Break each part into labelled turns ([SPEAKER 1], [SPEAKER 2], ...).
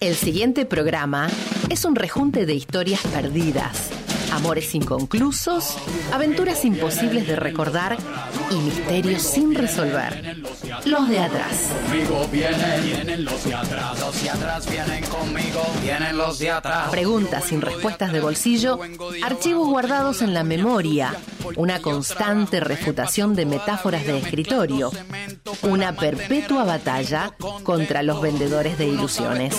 [SPEAKER 1] El siguiente programa es un rejunte de historias perdidas, amores inconclusos, aventuras imposibles de recordar y misterios sin resolver. Los de atrás.
[SPEAKER 2] Conmigo vienen, vienen los de atrás, los de atrás vienen conmigo, vienen los de atrás.
[SPEAKER 1] Preguntas sin respuestas de bolsillo, archivos guardados en la memoria, una constante refutación de metáforas de escritorio, una perpetua batalla contra los vendedores de ilusiones,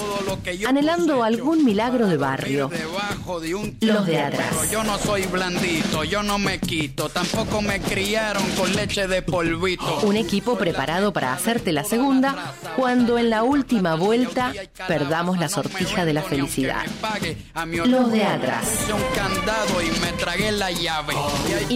[SPEAKER 1] anhelando algún milagro de barrio.
[SPEAKER 2] Debajo de un
[SPEAKER 1] Los de atrás.
[SPEAKER 2] Pero yo no soy blandito, yo no me quito, tampoco me criaron con leche de polvito.
[SPEAKER 1] Un equipo preparado para hacerte la segunda cuando en la última vuelta perdamos la sortija de la felicidad. Los de atrás.
[SPEAKER 2] Puse un candado y me tragué la llave. Y ahí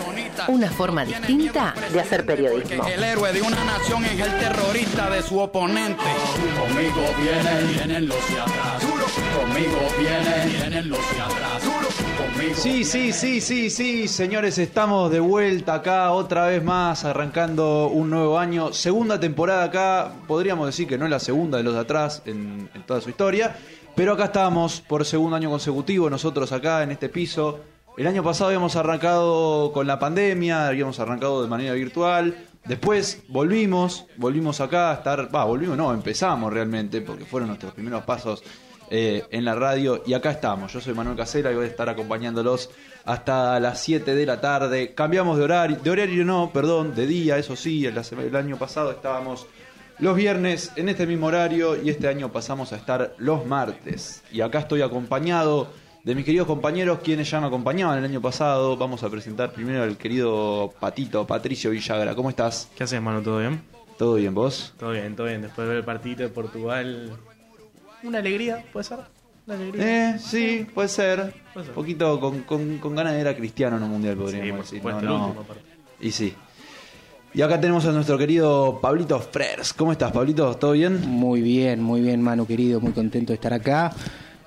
[SPEAKER 1] Una forma distinta de hacer periodismo.
[SPEAKER 2] El héroe de una nación es el terrorista de su oponente. Conmigo vienen, vienen los de atrás. Conmigo vienen, vienen los de atrás. Conmigo.
[SPEAKER 3] Sí, sí, sí, sí, sí, señores, estamos de vuelta acá otra vez más, arrancando un nuevo año, segunda temporada acá, podríamos decir que no es la segunda de los de atrás en, en toda su historia, pero acá estamos por segundo año consecutivo, nosotros acá en este piso. El año pasado habíamos arrancado con la pandemia, habíamos arrancado de manera virtual, después volvimos, volvimos acá a estar, va, volvimos, no, empezamos realmente, porque fueron nuestros primeros pasos eh, en la radio y acá estamos. Yo soy Manuel Casera y voy a estar acompañándolos hasta las 7 de la tarde. Cambiamos de horario, de horario no, perdón, de día, eso sí, el, el año pasado estábamos los viernes en este mismo horario y este año pasamos a estar los martes. Y acá estoy acompañado de mis queridos compañeros quienes ya me acompañaban el año pasado. Vamos a presentar primero al querido Patito, Patricio Villagra. ¿Cómo estás?
[SPEAKER 4] ¿Qué haces, mano? ¿Todo bien?
[SPEAKER 3] ¿Todo bien vos?
[SPEAKER 4] Todo bien, todo bien. Después de ver el partido de Portugal. Una alegría, ¿puede ser? Una alegría.
[SPEAKER 3] Eh, sí, puede ser.
[SPEAKER 4] Puede ser.
[SPEAKER 3] poquito con, con, con ganas de ver a Cristiano en un mundial,
[SPEAKER 4] sí,
[SPEAKER 3] podríamos
[SPEAKER 4] por
[SPEAKER 3] decir.
[SPEAKER 4] supuesto,
[SPEAKER 3] No,
[SPEAKER 4] el
[SPEAKER 3] no.
[SPEAKER 4] último aparte.
[SPEAKER 3] Y sí. Y acá tenemos a nuestro querido Pablito Frers. ¿Cómo estás, Pablito? ¿Todo bien?
[SPEAKER 5] Muy bien, muy bien, Manu querido, muy contento de estar acá.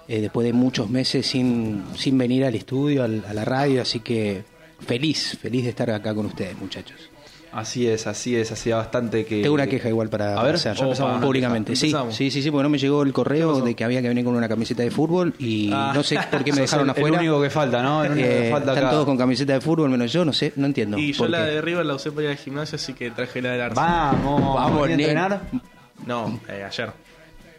[SPEAKER 5] eh, después de muchos meses sin, sin venir al estudio, al- a la radio, así que feliz, feliz de estar acá con ustedes, muchachos.
[SPEAKER 3] Así es, así es. Hacía bastante que.
[SPEAKER 5] Tengo una queja igual para
[SPEAKER 3] Eh, A ver,
[SPEAKER 5] hacer
[SPEAKER 3] ya empezamos.
[SPEAKER 5] públicamente. Sí,
[SPEAKER 3] Empezamos.
[SPEAKER 5] sí, sí, sí, porque no me llegó el correo de que había que venir con una camiseta de fútbol y
[SPEAKER 3] Ah.
[SPEAKER 5] no sé por qué me
[SPEAKER 3] Sos
[SPEAKER 5] dejaron
[SPEAKER 3] el-
[SPEAKER 5] afuera.
[SPEAKER 3] El único que falta, ¿no? El único
[SPEAKER 5] Eh,
[SPEAKER 3] que falta
[SPEAKER 5] están
[SPEAKER 3] acá.
[SPEAKER 5] todos con camiseta de fútbol, menos yo, no sé, no entiendo.
[SPEAKER 4] Y yo
[SPEAKER 5] por
[SPEAKER 4] la
[SPEAKER 5] qué.
[SPEAKER 4] de River la usé para ir al gimnasio, así que traje la del Arsenal.
[SPEAKER 3] Vamos, vamos a
[SPEAKER 5] Vamos, nen.
[SPEAKER 3] entrenar.
[SPEAKER 4] No, eh, ayer.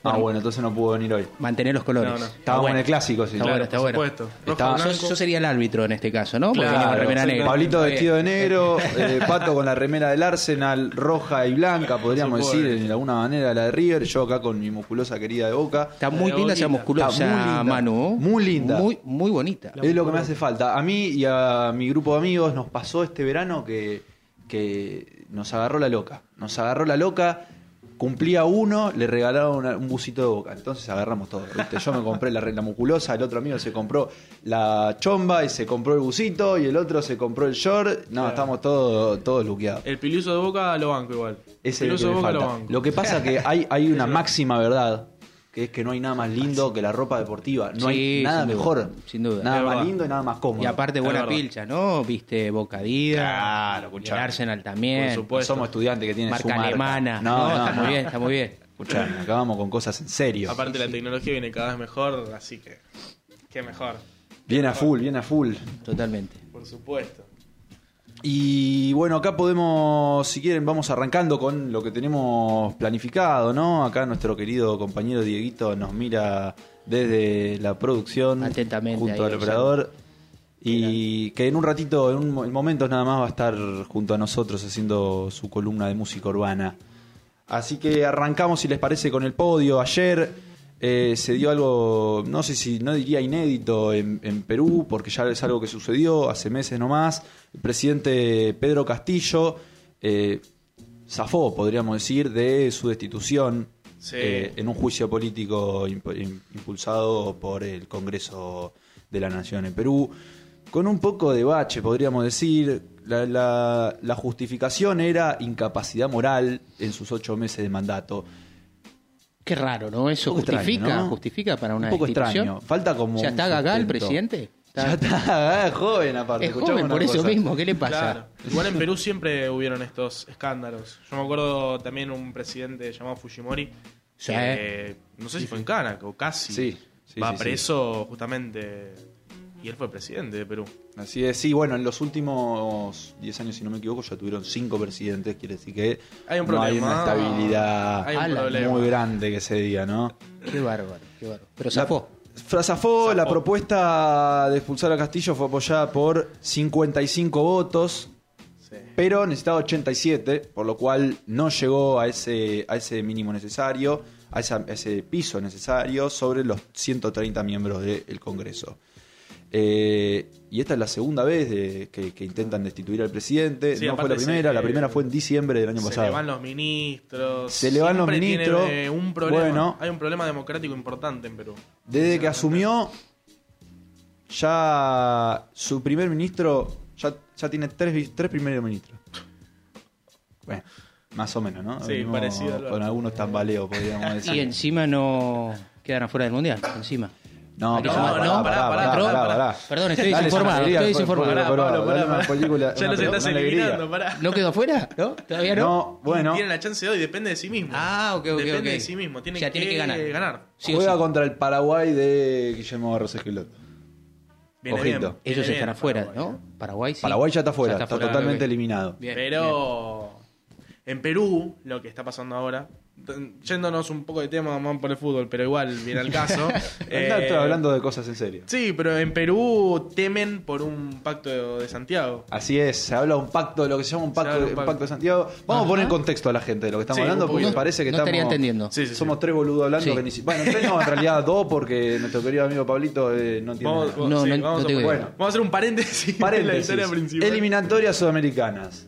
[SPEAKER 3] Ah, bueno, entonces no pudo venir hoy.
[SPEAKER 5] Mantener los colores.
[SPEAKER 4] No, no.
[SPEAKER 3] Estábamos en el clásico, sí.
[SPEAKER 5] Está bueno, está
[SPEAKER 4] por
[SPEAKER 5] bueno.
[SPEAKER 4] supuesto. Rojo,
[SPEAKER 3] Estaba-
[SPEAKER 4] blanco.
[SPEAKER 5] Yo, yo sería el árbitro en este caso, ¿no?
[SPEAKER 6] Ah,
[SPEAKER 5] Porque
[SPEAKER 4] Claro,
[SPEAKER 5] venía con remera
[SPEAKER 4] sí,
[SPEAKER 5] negra.
[SPEAKER 3] Pablito
[SPEAKER 5] Está bien.
[SPEAKER 3] vestido de negro, eh, Pato con la remera del Arsenal, roja y blanca, podríamos
[SPEAKER 4] Supongo.
[SPEAKER 3] decir, de alguna manera la de River. Yo acá con mi musculosa querida de boca.
[SPEAKER 5] Está muy
[SPEAKER 4] La
[SPEAKER 5] linda esa
[SPEAKER 4] bolita.
[SPEAKER 5] musculosa,
[SPEAKER 3] Eh, Está muy linda.
[SPEAKER 5] Manu.
[SPEAKER 3] Muy linda.
[SPEAKER 5] Muy, muy bonita.
[SPEAKER 3] Es lo que me hace falta. A mí y a mi grupo de amigos nos pasó este verano que, que nos agarró la loca. Nos agarró la loca, cumplía uno, le regalaron una- un busito de boca. Entonces agarramos todo. ¿viste? Yo me compré la, la musculosa, el otro amigo se compró la chomba y se compró el busito y el otro se compró el short. No, estamos todos todos luqueados.
[SPEAKER 4] El piluso de boca lo banco igual.
[SPEAKER 3] Es
[SPEAKER 4] el
[SPEAKER 3] el
[SPEAKER 4] piluso
[SPEAKER 3] que me
[SPEAKER 4] de boca lo
[SPEAKER 3] falta.
[SPEAKER 4] banco.
[SPEAKER 3] Lo que pasa que hay, hay una máxima verdad, que es que no hay nada más lindo que la ropa deportiva. No hay
[SPEAKER 5] Sí,
[SPEAKER 3] nada
[SPEAKER 5] sin duda,
[SPEAKER 3] mejor.
[SPEAKER 5] sin duda.
[SPEAKER 3] Nada
[SPEAKER 4] Es
[SPEAKER 3] más
[SPEAKER 4] verdad.
[SPEAKER 3] lindo y nada más cómodo.
[SPEAKER 5] Y aparte
[SPEAKER 4] Es
[SPEAKER 5] buena
[SPEAKER 4] verdad.
[SPEAKER 5] pilcha, ¿no? Viste Bocadida.
[SPEAKER 3] Claro,
[SPEAKER 5] y
[SPEAKER 3] escuchá.
[SPEAKER 5] el Arsenal también.
[SPEAKER 4] Por supuesto.
[SPEAKER 3] Somos estudiantes que tienen
[SPEAKER 5] marca
[SPEAKER 3] su marca.
[SPEAKER 5] alemana.
[SPEAKER 3] No, no,
[SPEAKER 5] está
[SPEAKER 3] no.
[SPEAKER 5] muy bien, está muy bien.
[SPEAKER 3] Escuchame, acabamos con cosas en serio.
[SPEAKER 4] Aparte, la tecnología viene cada vez mejor, así que. Qué mejor.
[SPEAKER 3] Bien a full, bien a full.
[SPEAKER 5] Totalmente.
[SPEAKER 4] Por supuesto.
[SPEAKER 3] Y bueno, acá podemos, si quieren, vamos arrancando con lo que tenemos planificado, ¿no? Acá nuestro querido compañero Dieguito nos mira desde la producción
[SPEAKER 5] Atentamente
[SPEAKER 3] junto
[SPEAKER 5] ahí,
[SPEAKER 3] al
[SPEAKER 5] Gonzalo.
[SPEAKER 3] operador. Y que en un ratito, en un mo- en momentos nada más va a estar junto a nosotros haciendo su columna de música urbana. Así que arrancamos, si les parece, con el podio. Ayer eh, se dio algo, no sé si no diría inédito en, en Perú, porque ya es algo que sucedió hace meses nomás. El presidente Pedro Castillo eh, zafó, podríamos decir, de su destitución.
[SPEAKER 4] Sí.
[SPEAKER 3] eh, en un juicio político imp- im- impulsado por el Congreso de la Nación en Perú. Con un poco de bache, podríamos decir, la, la- la justificación era incapacidad moral en sus ocho meses de mandato.
[SPEAKER 5] Qué raro, ¿no? Eso
[SPEAKER 3] Un poco
[SPEAKER 5] justifica,
[SPEAKER 3] extraño, ¿no?
[SPEAKER 5] justifica para una
[SPEAKER 3] Un poco
[SPEAKER 5] institución.
[SPEAKER 3] extraño. Falta como.
[SPEAKER 5] ¿Ya
[SPEAKER 3] un
[SPEAKER 5] está acá el
[SPEAKER 3] sustento.
[SPEAKER 5] presidente? Está-
[SPEAKER 3] Ya está, es joven aparte.
[SPEAKER 5] es
[SPEAKER 3] escuchame
[SPEAKER 5] joven,
[SPEAKER 3] una
[SPEAKER 5] por eso
[SPEAKER 3] cosa.
[SPEAKER 5] mismo, ¿qué le
[SPEAKER 4] Claro.
[SPEAKER 5] pasa?
[SPEAKER 4] Igual en Perú siempre hubieron estos escándalos. Yo me acuerdo también un presidente llamado Fujimori.
[SPEAKER 5] Sí.
[SPEAKER 4] que, eh, no sé si fue en Cana o casi.
[SPEAKER 3] Sí, sí,
[SPEAKER 4] va
[SPEAKER 3] sí, sí.
[SPEAKER 4] preso justamente. Y él fue presidente de Perú.
[SPEAKER 3] Así es, sí, bueno, en los últimos 10 años, si no me equivoco, ya tuvieron 5 presidentes, quiere decir que
[SPEAKER 4] Hay un
[SPEAKER 3] no hay una
[SPEAKER 4] problema.
[SPEAKER 3] estabilidad
[SPEAKER 4] Hay un
[SPEAKER 5] Ala,
[SPEAKER 4] problema.
[SPEAKER 3] muy grande que se diga, ¿no?
[SPEAKER 5] Qué bárbaro, qué bárbaro. Pero zafó.
[SPEAKER 3] La, zafó, la propuesta de expulsar a Castillo fue apoyada por 55 votos,
[SPEAKER 4] Sí.
[SPEAKER 3] pero necesitaba 87, por lo cual no llegó a ese, a ese mínimo necesario, a, esa- a ese piso necesario sobre los 130 miembros del Congreso. Eh, y esta es la segunda vez de- que, que intentan destituir al presidente.
[SPEAKER 4] Sí,
[SPEAKER 3] no fue la
[SPEAKER 4] aparte se-
[SPEAKER 3] primera, la primera fue en diciembre del año
[SPEAKER 4] Se
[SPEAKER 3] pasado.
[SPEAKER 4] le van los ministros.
[SPEAKER 3] Se le van los
[SPEAKER 4] Siempre tiene,
[SPEAKER 3] ministros.
[SPEAKER 4] eh, un problema.
[SPEAKER 3] Bueno.
[SPEAKER 4] Hay un problema democrático importante en Perú.
[SPEAKER 3] Desde que asumió, ya su primer ministro, ya, ya tiene tres, vi- tres primeros ministros. Bueno, más o menos, ¿no?
[SPEAKER 4] Sí, parecido a Alberto.
[SPEAKER 3] Con algunos tambaleos, podríamos decir.
[SPEAKER 5] Y encima no quedaron fuera del mundial, encima.
[SPEAKER 3] No,
[SPEAKER 5] Hay que
[SPEAKER 3] pará,
[SPEAKER 5] sumar.
[SPEAKER 3] pará,
[SPEAKER 5] No,
[SPEAKER 3] pará,
[SPEAKER 4] pará,
[SPEAKER 3] pará,
[SPEAKER 4] pará,
[SPEAKER 3] pará,
[SPEAKER 4] pará.
[SPEAKER 5] Perdón, estoy
[SPEAKER 3] Dale,
[SPEAKER 5] desinformado,
[SPEAKER 3] una alegría,
[SPEAKER 5] estoy
[SPEAKER 3] por-
[SPEAKER 5] desinformado.
[SPEAKER 3] por-
[SPEAKER 4] Pará,
[SPEAKER 3] por-
[SPEAKER 4] Pablo,
[SPEAKER 3] dale
[SPEAKER 4] pará,
[SPEAKER 3] una
[SPEAKER 4] pará.
[SPEAKER 3] película,
[SPEAKER 4] Ya
[SPEAKER 3] una
[SPEAKER 4] nos
[SPEAKER 3] pe-
[SPEAKER 4] estás
[SPEAKER 3] una alegría.
[SPEAKER 4] eliminando, pará.
[SPEAKER 5] ¿No quedó fuera? ¿No? ¿Todavía no?
[SPEAKER 3] No, bueno.
[SPEAKER 4] Tiene la chance de hoy, depende de sí mismo.
[SPEAKER 5] Ah, ok, ok,
[SPEAKER 4] Depende
[SPEAKER 5] ok.
[SPEAKER 4] de sí mismo. Tiene,
[SPEAKER 5] O sea,
[SPEAKER 4] que,
[SPEAKER 5] tiene que ganar. Sí o
[SPEAKER 3] juega
[SPEAKER 5] sí.
[SPEAKER 3] contra el Paraguay de Guillermo Barros Esqueloto.
[SPEAKER 4] Viene
[SPEAKER 3] Ojito.
[SPEAKER 4] bien, viene
[SPEAKER 5] Ellos
[SPEAKER 4] bien
[SPEAKER 5] están afuera,
[SPEAKER 4] Paraguay. ¿eh?
[SPEAKER 5] ¿no? Paraguay sí.
[SPEAKER 3] Paraguay ya está fuera, está,
[SPEAKER 5] fuera,
[SPEAKER 3] totalmente
[SPEAKER 5] ok.
[SPEAKER 3] eliminado.
[SPEAKER 5] Bien,
[SPEAKER 4] Pero en Perú, lo que está pasando ahora, t- yéndonos un poco de tema, vamos por el fútbol, pero igual viene al caso. eh,
[SPEAKER 3] Andá, estoy hablando de cosas en serio.
[SPEAKER 4] Sí, pero en Perú temen por un pacto de Santiago.
[SPEAKER 3] Así es, se habla de un pacto, de lo que se llama un pacto,
[SPEAKER 4] habla de
[SPEAKER 3] un
[SPEAKER 4] un
[SPEAKER 3] pacto.
[SPEAKER 4] pacto.
[SPEAKER 3] de Santiago. Vamos a
[SPEAKER 5] Ajá.
[SPEAKER 3] poner contexto a la gente de lo que estamos
[SPEAKER 4] Sí,
[SPEAKER 3] hablando,
[SPEAKER 4] un
[SPEAKER 3] porque
[SPEAKER 4] poquito.
[SPEAKER 3] parece que
[SPEAKER 5] No
[SPEAKER 3] estamos...
[SPEAKER 5] estaría entendiendo.
[SPEAKER 4] Sí, sí, sí.
[SPEAKER 3] Somos tres boludos hablando
[SPEAKER 5] Sí.
[SPEAKER 3] que ni si- Bueno, tres no, en realidad dos, porque nuestro querido amigo Pablito eh, no tiene...
[SPEAKER 4] Vamos,
[SPEAKER 3] nada.
[SPEAKER 5] No,
[SPEAKER 4] sí,
[SPEAKER 5] no-
[SPEAKER 4] vamos
[SPEAKER 5] no
[SPEAKER 4] a,
[SPEAKER 5] tengo idea.
[SPEAKER 4] bueno, vamos a hacer un paréntesis, de la
[SPEAKER 3] Paréntesis.
[SPEAKER 4] historia principal.
[SPEAKER 3] Eliminatorias sudamericanas.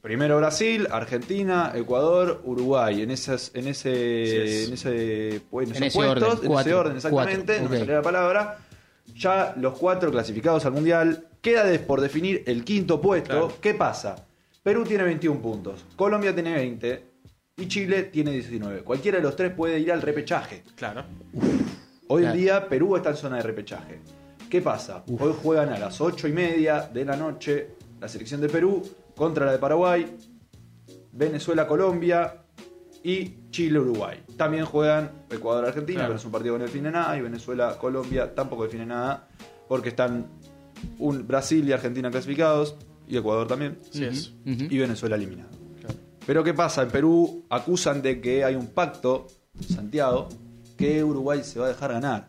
[SPEAKER 3] Primero Brasil, Argentina, Ecuador, Uruguay. En esas, en ese,
[SPEAKER 4] Así es.
[SPEAKER 3] en ese, bueno,
[SPEAKER 5] En
[SPEAKER 3] esos
[SPEAKER 5] ese
[SPEAKER 3] puestos,
[SPEAKER 5] orden,
[SPEAKER 3] en ese
[SPEAKER 5] cuatro,
[SPEAKER 3] orden, exactamente,
[SPEAKER 5] cuatro,
[SPEAKER 3] no me
[SPEAKER 5] ok.
[SPEAKER 3] salía la palabra. Ya los cuatro clasificados al mundial. Queda de- por definir el quinto puesto.
[SPEAKER 4] Claro.
[SPEAKER 3] ¿Qué pasa? Perú tiene 21 puntos, Colombia tiene 20 y Chile tiene 19. Cualquiera de los tres puede ir al repechaje.
[SPEAKER 4] Claro.
[SPEAKER 3] Hoy en
[SPEAKER 5] Claro.
[SPEAKER 3] día Perú está en zona de repechaje. ¿Qué pasa? Hoy juegan a las 8 y media de la noche la selección de Perú contra la de Paraguay, Venezuela, Colombia y Chile, Uruguay. También juegan Ecuador, Argentina,
[SPEAKER 4] Claro.
[SPEAKER 3] pero es un partido que no define nada. Y Venezuela, Colombia tampoco define nada porque están un, Brasil y Argentina clasificados y Ecuador también.
[SPEAKER 4] Así es.
[SPEAKER 5] Ujú.
[SPEAKER 3] Y Venezuela eliminado. Pero ¿qué pasa? En Perú acusan de que hay un pacto, Santiago, que Uruguay se va a dejar ganar.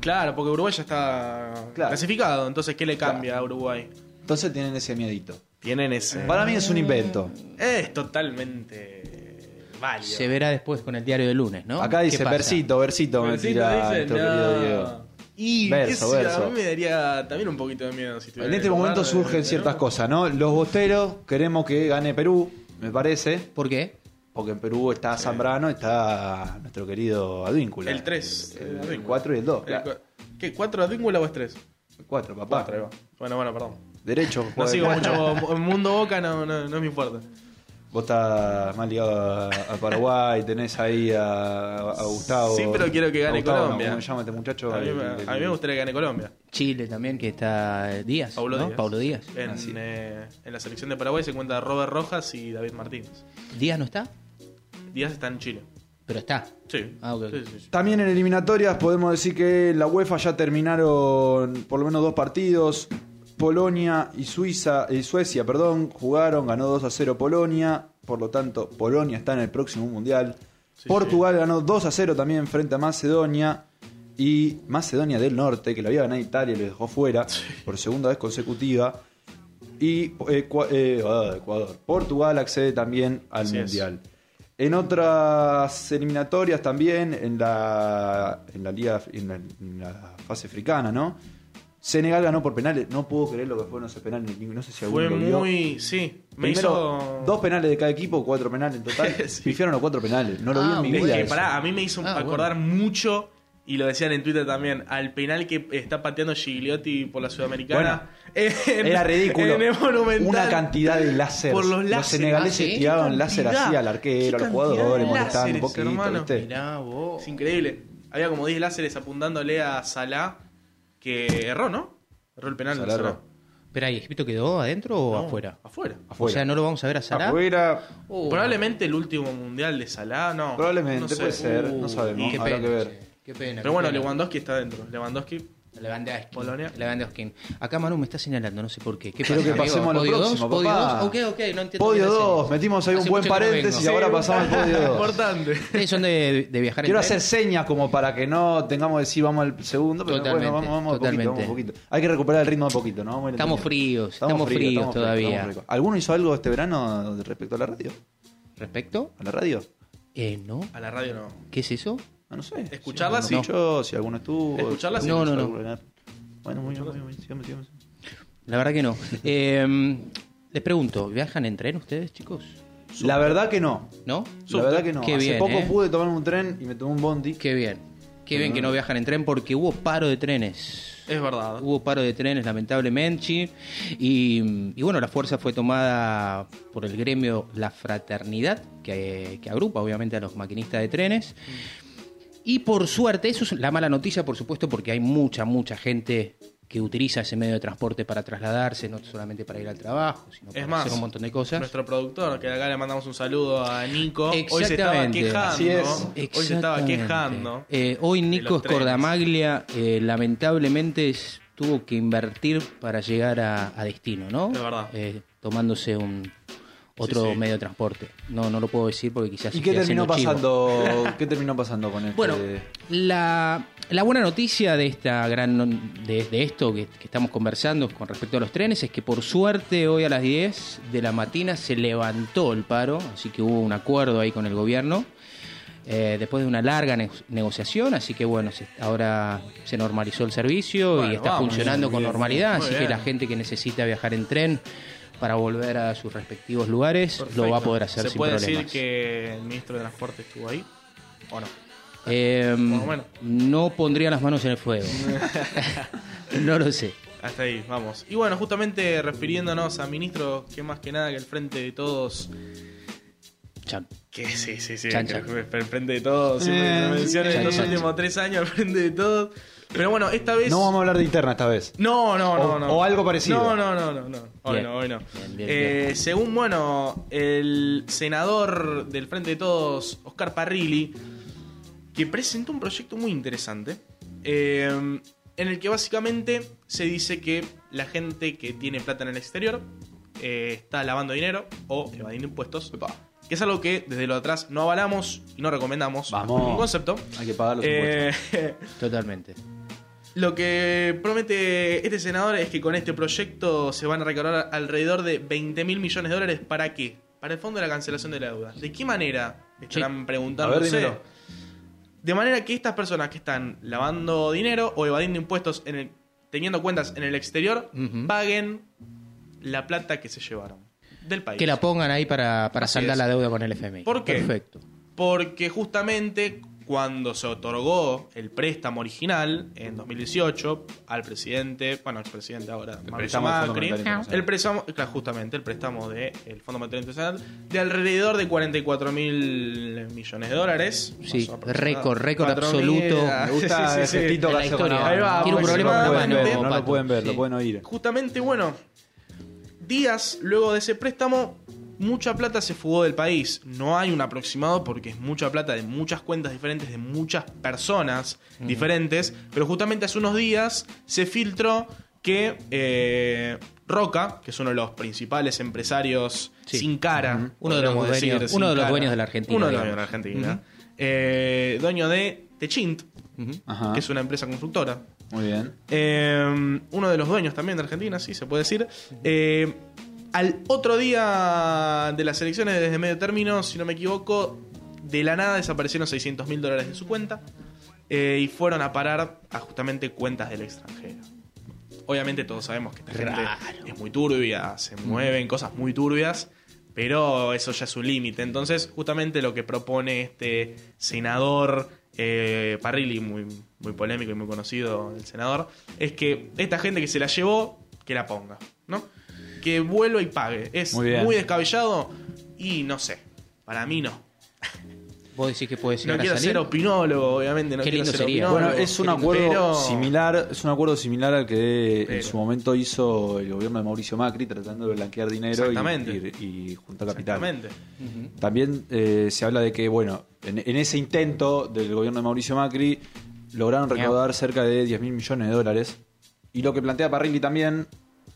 [SPEAKER 4] Claro, porque Uruguay ya está
[SPEAKER 3] Claro.
[SPEAKER 4] clasificado, entonces ¿qué le cambia a Uruguay?
[SPEAKER 3] Entonces tienen ese miedito.
[SPEAKER 4] Tienen ese...
[SPEAKER 3] Para mí es un invento.
[SPEAKER 4] Eh, Es totalmente válido.
[SPEAKER 5] Se verá después con el diario del lunes, ¿no?
[SPEAKER 3] Acá
[SPEAKER 5] ¿Qué
[SPEAKER 3] dice
[SPEAKER 5] pasa?
[SPEAKER 3] versito, versito, me
[SPEAKER 4] Versito
[SPEAKER 3] tira
[SPEAKER 4] dice,
[SPEAKER 3] nuestro
[SPEAKER 4] "No".
[SPEAKER 3] querido Diego.
[SPEAKER 4] Y qué
[SPEAKER 3] Verso,
[SPEAKER 4] sé yo,
[SPEAKER 3] verso.
[SPEAKER 4] a mí me daría también un poquito de miedo. Si
[SPEAKER 3] En este momento surgen ciertas cosas, ¿no? Los bosteros queremos que gane Perú, me parece,
[SPEAKER 5] ¿Por qué?
[SPEAKER 3] porque en Perú está Zambrano, está nuestro querido Advíncula.
[SPEAKER 4] El 3.
[SPEAKER 3] El 4 y el 2. claro.
[SPEAKER 4] Eh, ¿Qué? ¿4 advíncula o es 3?
[SPEAKER 3] El 4, papá.
[SPEAKER 4] Bueno, bueno, perdón.
[SPEAKER 3] Derecho.
[SPEAKER 4] No
[SPEAKER 3] juega
[SPEAKER 4] sigo
[SPEAKER 3] el-
[SPEAKER 4] mucho mu- mundo boca, no, no, no me importa.
[SPEAKER 3] Vos estás más ligado a, a Paraguay, tenés ahí a, a Gustavo.
[SPEAKER 4] Sí, pero quiero que
[SPEAKER 3] a
[SPEAKER 4] gane
[SPEAKER 3] Gustavo,
[SPEAKER 4] Colombia.
[SPEAKER 3] No, ¿Cómo se llama este muchacho?
[SPEAKER 4] A mí, me-
[SPEAKER 3] El- el-
[SPEAKER 4] a mí me gustaría que gane Colombia.
[SPEAKER 5] Chile también, que está eh, Díaz.
[SPEAKER 4] Pablo
[SPEAKER 5] ¿no?
[SPEAKER 4] Díaz.
[SPEAKER 5] Pablo Díaz.
[SPEAKER 4] En,
[SPEAKER 3] Así.
[SPEAKER 4] eh, en la selección de Paraguay se encuentra Robert Rojas y David Martínez.
[SPEAKER 5] ¿Díaz no está?
[SPEAKER 4] Díaz está en Chile.
[SPEAKER 5] Pero está.
[SPEAKER 4] Sí.
[SPEAKER 5] Ah, ok.
[SPEAKER 4] Sí, sí, sí.
[SPEAKER 3] También en eliminatorias podemos decir que la UEFA ya terminaron por lo menos dos partidos. Polonia y Suiza, y Suecia, perdón, jugaron, ganó 2 a 0 Polonia, por lo tanto Polonia está en el próximo mundial.
[SPEAKER 4] Sí,
[SPEAKER 3] Portugal ganó 2 a 0 también frente a Macedonia y Macedonia del Norte, que la había ganado Italia y lo dejó fuera por segunda vez consecutiva. Y eh, Ecua- eh, ah, Ecuador. Portugal accede también al
[SPEAKER 4] Así es.
[SPEAKER 3] Mundial. En otras eliminatorias también, en la, en la liga, en la, en la fase africana, ¿no? Senegal ganó por penales. No puedo creer lo que fueron esos penales. ni- No sé si alguno
[SPEAKER 4] Fue
[SPEAKER 3] lo vio.
[SPEAKER 4] muy. Sí, me
[SPEAKER 3] Primero,
[SPEAKER 4] hizo.
[SPEAKER 3] dos penales de cada equipo, cuatro penales en total.
[SPEAKER 4] Sí.
[SPEAKER 3] Pifiaron los cuatro penales. No lo
[SPEAKER 1] Ah,
[SPEAKER 3] vi en mi
[SPEAKER 4] Es
[SPEAKER 3] vida.
[SPEAKER 4] que,
[SPEAKER 3] eso.
[SPEAKER 4] Eh, pará, a mí me hizo
[SPEAKER 1] Ah,
[SPEAKER 4] acordar mucho, y lo decían en Twitter también, al penal que está pateando Gigliotti por la Sudamericana. En-
[SPEAKER 3] Era ridículo.
[SPEAKER 4] En el Monumental.
[SPEAKER 3] Una cantidad de láser.
[SPEAKER 4] Por los láseres.
[SPEAKER 3] senegaleses
[SPEAKER 1] Ah, ¿sí?
[SPEAKER 3] tiraban
[SPEAKER 4] Qué
[SPEAKER 3] láser
[SPEAKER 4] cantidad,
[SPEAKER 3] así al arquero, a
[SPEAKER 4] qué
[SPEAKER 3] los jugadores,
[SPEAKER 4] cantidad de
[SPEAKER 3] molestaban un
[SPEAKER 4] láseres,
[SPEAKER 3] poquito.
[SPEAKER 4] hermano.
[SPEAKER 3] ¿viste?
[SPEAKER 1] Mirá vos.
[SPEAKER 4] Es increíble. Había como 10 láseres apuntándole a Salah, que erró, ¿no? Erró el penal. de
[SPEAKER 3] Salah erró.
[SPEAKER 4] Salah.
[SPEAKER 6] Pero ahí, ¿Egipto quedó adentro o
[SPEAKER 4] No,
[SPEAKER 6] afuera?
[SPEAKER 4] Afuera.
[SPEAKER 6] O
[SPEAKER 3] Afuera.
[SPEAKER 6] sea, no lo vamos a ver a Salah.
[SPEAKER 3] Afuera,
[SPEAKER 6] Oh.
[SPEAKER 4] Probablemente el último mundial de Salah, no.
[SPEAKER 3] Probablemente,
[SPEAKER 4] no sé. Uh,
[SPEAKER 3] puede ser, no sabemos,
[SPEAKER 6] Qué
[SPEAKER 3] habrá
[SPEAKER 6] pena,
[SPEAKER 3] que ver.
[SPEAKER 6] che, Qué pena.
[SPEAKER 4] Pero bueno, Lewandowski está dentro. Lewandowski
[SPEAKER 6] Lewandowski.
[SPEAKER 4] Polonia.
[SPEAKER 6] Lewandowski. Acá Manu me está señalando, no sé por qué. ¿Qué
[SPEAKER 3] Quiero
[SPEAKER 6] pasa,
[SPEAKER 3] que
[SPEAKER 6] amigo?
[SPEAKER 3] pasemos a lo
[SPEAKER 6] ¿Podio
[SPEAKER 3] próximo,
[SPEAKER 6] dos? ¿Podio
[SPEAKER 3] papá.
[SPEAKER 6] dos? Ok, ok, no entiendo.
[SPEAKER 3] Podio
[SPEAKER 6] bien la serie.
[SPEAKER 3] 2, metimos ahí un
[SPEAKER 6] Hace
[SPEAKER 3] buen
[SPEAKER 6] mucho que no
[SPEAKER 3] paréntesis y
[SPEAKER 6] vengo.
[SPEAKER 3] ahora pasamos al podio 2.
[SPEAKER 4] importante.
[SPEAKER 6] Ustedes son de, de viajar
[SPEAKER 3] Quiero
[SPEAKER 6] en tren.
[SPEAKER 3] hacer señas como para que no tengamos que decir vamos al segundo, pero
[SPEAKER 6] Totalmente,
[SPEAKER 3] bueno, vamos, vamos de poquito, vamos de
[SPEAKER 6] totalmente.
[SPEAKER 3] poquito. Hay que recuperar el ritmo de poquito, ¿no? Vamos a ir
[SPEAKER 6] Estamos
[SPEAKER 3] entendiendo.
[SPEAKER 6] fríos, estamos fríos todavía.
[SPEAKER 3] estamos ¿Alguno hizo algo este verano respecto a la radio?
[SPEAKER 6] ¿Respecto?
[SPEAKER 3] ¿A la radio?
[SPEAKER 6] Eh, no.
[SPEAKER 4] A la radio no.
[SPEAKER 6] ¿Qué es eso?
[SPEAKER 3] Ah, no sé.
[SPEAKER 4] Escucharla,
[SPEAKER 3] si
[SPEAKER 4] sí.
[SPEAKER 3] alguno escuchó, si alguno estuvo.
[SPEAKER 4] Escucharla,
[SPEAKER 3] si
[SPEAKER 6] sí. No, no,
[SPEAKER 3] hizo
[SPEAKER 6] no.
[SPEAKER 3] algo verano. Bueno, muy bien, muy bien, muy bien. sigamos, sigamos, sigamos.
[SPEAKER 6] La verdad que no. Eh, les pregunto, ¿viajan en tren ustedes, chicos?
[SPEAKER 3] La verdad que no.
[SPEAKER 6] ¿No?
[SPEAKER 3] La verdad que no.
[SPEAKER 6] Qué
[SPEAKER 3] Hace
[SPEAKER 6] bien,
[SPEAKER 3] poco
[SPEAKER 6] eh.
[SPEAKER 3] pude Mm. tomar un tren y me tomé un bondi.
[SPEAKER 6] Qué bien. Qué bien que no viajan en tren porque hubo paro de trenes.
[SPEAKER 4] Es verdad.
[SPEAKER 6] Hubo paro de trenes, lamentablemente. Y, y bueno, la fuerza fue tomada por el gremio La Fraternidad, que, que agrupa obviamente a los maquinistas de trenes.
[SPEAKER 4] Mm.
[SPEAKER 6] Y por suerte, eso es la mala noticia, por supuesto, porque hay mucha, mucha gente que utiliza ese medio de transporte para trasladarse, no solamente para ir al trabajo, sino para
[SPEAKER 4] Es más,
[SPEAKER 6] hacer un montón de cosas.
[SPEAKER 4] Nuestro productor, que acá le mandamos un saludo a Nico. Hoy se estaba
[SPEAKER 6] Exactamente.
[SPEAKER 4] quejando.
[SPEAKER 3] Así es.
[SPEAKER 4] Hoy se estaba
[SPEAKER 6] Exactamente.
[SPEAKER 4] quejando.
[SPEAKER 6] Eh, hoy Nico
[SPEAKER 4] los trenes.
[SPEAKER 6] Scordamaglia eh, lamentablemente es- tuvo que invertir para llegar a, a destino, ¿no?
[SPEAKER 4] Es verdad.
[SPEAKER 6] Eh, tomándose un otro
[SPEAKER 4] Sí, sí.
[SPEAKER 6] medio de transporte. No, no lo puedo decir porque quizás.
[SPEAKER 3] ¿Y qué
[SPEAKER 6] estoy
[SPEAKER 3] terminó
[SPEAKER 6] haciendo chivo.
[SPEAKER 3] pasando? ¿Qué terminó pasando con este?
[SPEAKER 6] Bueno, la, la buena noticia de esta gran non- de, de esto que, que estamos conversando con respecto a los trenes es que por suerte hoy a las 10 de la mañana se levantó el paro, así que hubo un acuerdo ahí con el gobierno. eh, después de una larga ne- negociación, así que bueno, se- ahora se normalizó el servicio
[SPEAKER 4] Bueno,
[SPEAKER 6] y está
[SPEAKER 4] vamos,
[SPEAKER 6] funcionando con
[SPEAKER 4] bien,
[SPEAKER 6] normalidad,
[SPEAKER 4] muy
[SPEAKER 6] así que
[SPEAKER 4] bien.
[SPEAKER 6] la gente que necesita viajar en tren para volver a sus respectivos lugares lo va a
[SPEAKER 4] Perfecto.
[SPEAKER 6] poder hacer
[SPEAKER 4] ¿Se
[SPEAKER 6] sin
[SPEAKER 4] puede
[SPEAKER 6] problemas.
[SPEAKER 4] decir que el ministro de Transporte estuvo ahí? ¿O no?
[SPEAKER 6] Eh,
[SPEAKER 4] Bueno, bueno.
[SPEAKER 6] No pondría las manos en el fuego. no lo sé.
[SPEAKER 4] Hasta ahí, vamos. Y bueno, justamente refiriéndonos a ministros que más que nada que el frente de todos.
[SPEAKER 6] Chan.
[SPEAKER 4] Que sí, sí, sí.
[SPEAKER 6] Chan,
[SPEAKER 4] que
[SPEAKER 6] chan.
[SPEAKER 4] El frente de todos. Siempre
[SPEAKER 3] Eh,
[SPEAKER 4] me mencionan
[SPEAKER 6] chan,
[SPEAKER 4] en los
[SPEAKER 6] chan,
[SPEAKER 4] últimos tres años al frente de todos. Pero bueno, esta vez.
[SPEAKER 3] no vamos a hablar de interna esta vez.
[SPEAKER 4] No, no, no,
[SPEAKER 3] O-
[SPEAKER 4] no.
[SPEAKER 3] o algo parecido.
[SPEAKER 4] No, no, no, no. no. Hoy
[SPEAKER 6] Bien.
[SPEAKER 4] no, hoy no.
[SPEAKER 6] Bien, bien,
[SPEAKER 4] Eh,
[SPEAKER 6] bien.
[SPEAKER 4] Según, bueno, el senador del Frente de Todos, Oscar Parrilli, que presentó un proyecto muy interesante, eh, en el que básicamente se dice que la gente que tiene plata en el exterior eh, está lavando dinero o evadiendo impuestos. Que es algo que desde lo de atrás no avalamos y no recomendamos.
[SPEAKER 3] Vamos.
[SPEAKER 4] Un concepto.
[SPEAKER 3] Hay que pagar los impuestos.
[SPEAKER 4] Eh,
[SPEAKER 6] Totalmente.
[SPEAKER 4] Lo que promete este senador es que con este proyecto se van a recaudar alrededor de 20 mil millones de dólares. ¿Para qué? Para el fondo de la cancelación de la deuda. ¿De qué manera? Estarán
[SPEAKER 3] A ver,
[SPEAKER 4] preguntándose.
[SPEAKER 3] dímelo.
[SPEAKER 4] de manera que estas personas que están lavando dinero o evadiendo impuestos, en el- teniendo cuentas en el exterior,
[SPEAKER 6] Ujú.
[SPEAKER 4] paguen la plata que se llevaron del país.
[SPEAKER 6] Que la pongan ahí para, para
[SPEAKER 4] Así
[SPEAKER 6] saldar
[SPEAKER 4] es.
[SPEAKER 6] la deuda con el FMI.
[SPEAKER 4] ¿Por qué?
[SPEAKER 6] Perfecto.
[SPEAKER 4] Porque justamente cuando se otorgó el préstamo original en 2018 al presidente, bueno, expresidente ahora, Mauricio
[SPEAKER 3] préstamo del Fondo Monetario Internacional.
[SPEAKER 4] el préstamo, claro, justamente el préstamo del Fondo Monetario Internacional de alrededor de 44 mil millones de dólares.
[SPEAKER 6] Sí,
[SPEAKER 4] Más o aproximadamente.
[SPEAKER 6] récord, récord
[SPEAKER 4] 4.000,
[SPEAKER 6] absoluto.
[SPEAKER 4] ah,
[SPEAKER 3] Me gusta
[SPEAKER 4] sí, sí,
[SPEAKER 3] el
[SPEAKER 4] sí.
[SPEAKER 3] gestito que
[SPEAKER 6] De la
[SPEAKER 3] hace
[SPEAKER 6] historia.
[SPEAKER 3] con la mano.
[SPEAKER 4] Quiero un problema
[SPEAKER 3] no
[SPEAKER 4] con
[SPEAKER 3] lo
[SPEAKER 4] la
[SPEAKER 3] pueden
[SPEAKER 4] mano,
[SPEAKER 3] ver, no
[SPEAKER 6] Pato.
[SPEAKER 3] lo pueden ver,
[SPEAKER 6] Sí.
[SPEAKER 3] lo pueden oír.
[SPEAKER 4] Justamente, bueno, días luego de ese préstamo, mucha plata se fugó del país. No hay un aproximado porque es mucha plata de muchas cuentas diferentes, de muchas personas diferentes. Pero justamente hace unos días se filtró que eh, Roca, que es uno de los principales empresarios
[SPEAKER 6] Sí.
[SPEAKER 4] sin cara,
[SPEAKER 6] Uno de los
[SPEAKER 4] podríamos
[SPEAKER 6] dueños-
[SPEAKER 4] sin
[SPEAKER 6] uno de los
[SPEAKER 4] cara,
[SPEAKER 6] dueños de la Argentina,
[SPEAKER 4] uno de los
[SPEAKER 6] digamos.
[SPEAKER 4] dueños de la Argentina, eh, dueño de Techint,
[SPEAKER 3] Ajá.
[SPEAKER 4] que es una empresa constructora,
[SPEAKER 3] Muy bien.
[SPEAKER 4] eh, uno de los dueños también de Argentina, sí, se puede decir. Eh, al otro día de las elecciones, desde medio término, si no me equivoco, de la nada desaparecieron 600 mil dólares de su cuenta eh, y fueron a parar a justamente cuentas del extranjero. Obviamente todos sabemos que esta gente es muy turbia, se
[SPEAKER 3] Mm.
[SPEAKER 4] mueven cosas muy turbias, pero eso ya es un límite. Entonces, justamente lo que propone este senador eh, Parrilli, muy, muy polémico y muy conocido el senador, es que esta gente que se la llevó, que la ponga, ¿no? Que vuelva y pague. Es
[SPEAKER 3] Muy
[SPEAKER 4] muy,
[SPEAKER 3] bien.
[SPEAKER 4] descabellado y no sé, para mí no.
[SPEAKER 6] Vos decís que puede llegar
[SPEAKER 4] No
[SPEAKER 6] a
[SPEAKER 4] quiero
[SPEAKER 6] salir.
[SPEAKER 4] ser opinólogo, obviamente, no
[SPEAKER 6] Qué
[SPEAKER 4] quiero
[SPEAKER 6] lindo
[SPEAKER 4] ser
[SPEAKER 6] sería.
[SPEAKER 4] opinólogo.
[SPEAKER 3] Bueno, es un
[SPEAKER 4] pero-
[SPEAKER 3] acuerdo similar, es un acuerdo similar al que
[SPEAKER 4] Pero.
[SPEAKER 3] en su momento hizo el gobierno de Mauricio Macri tratando de blanquear dinero y,
[SPEAKER 4] Exactamente.
[SPEAKER 3] y- y juntar capital.
[SPEAKER 4] Exactamente.
[SPEAKER 3] También eh, se habla de que, bueno, en, en ese intento del gobierno de Mauricio Macri lograron recaudar cerca de 10 mil millones de dólares. Y lo que plantea Parrilli también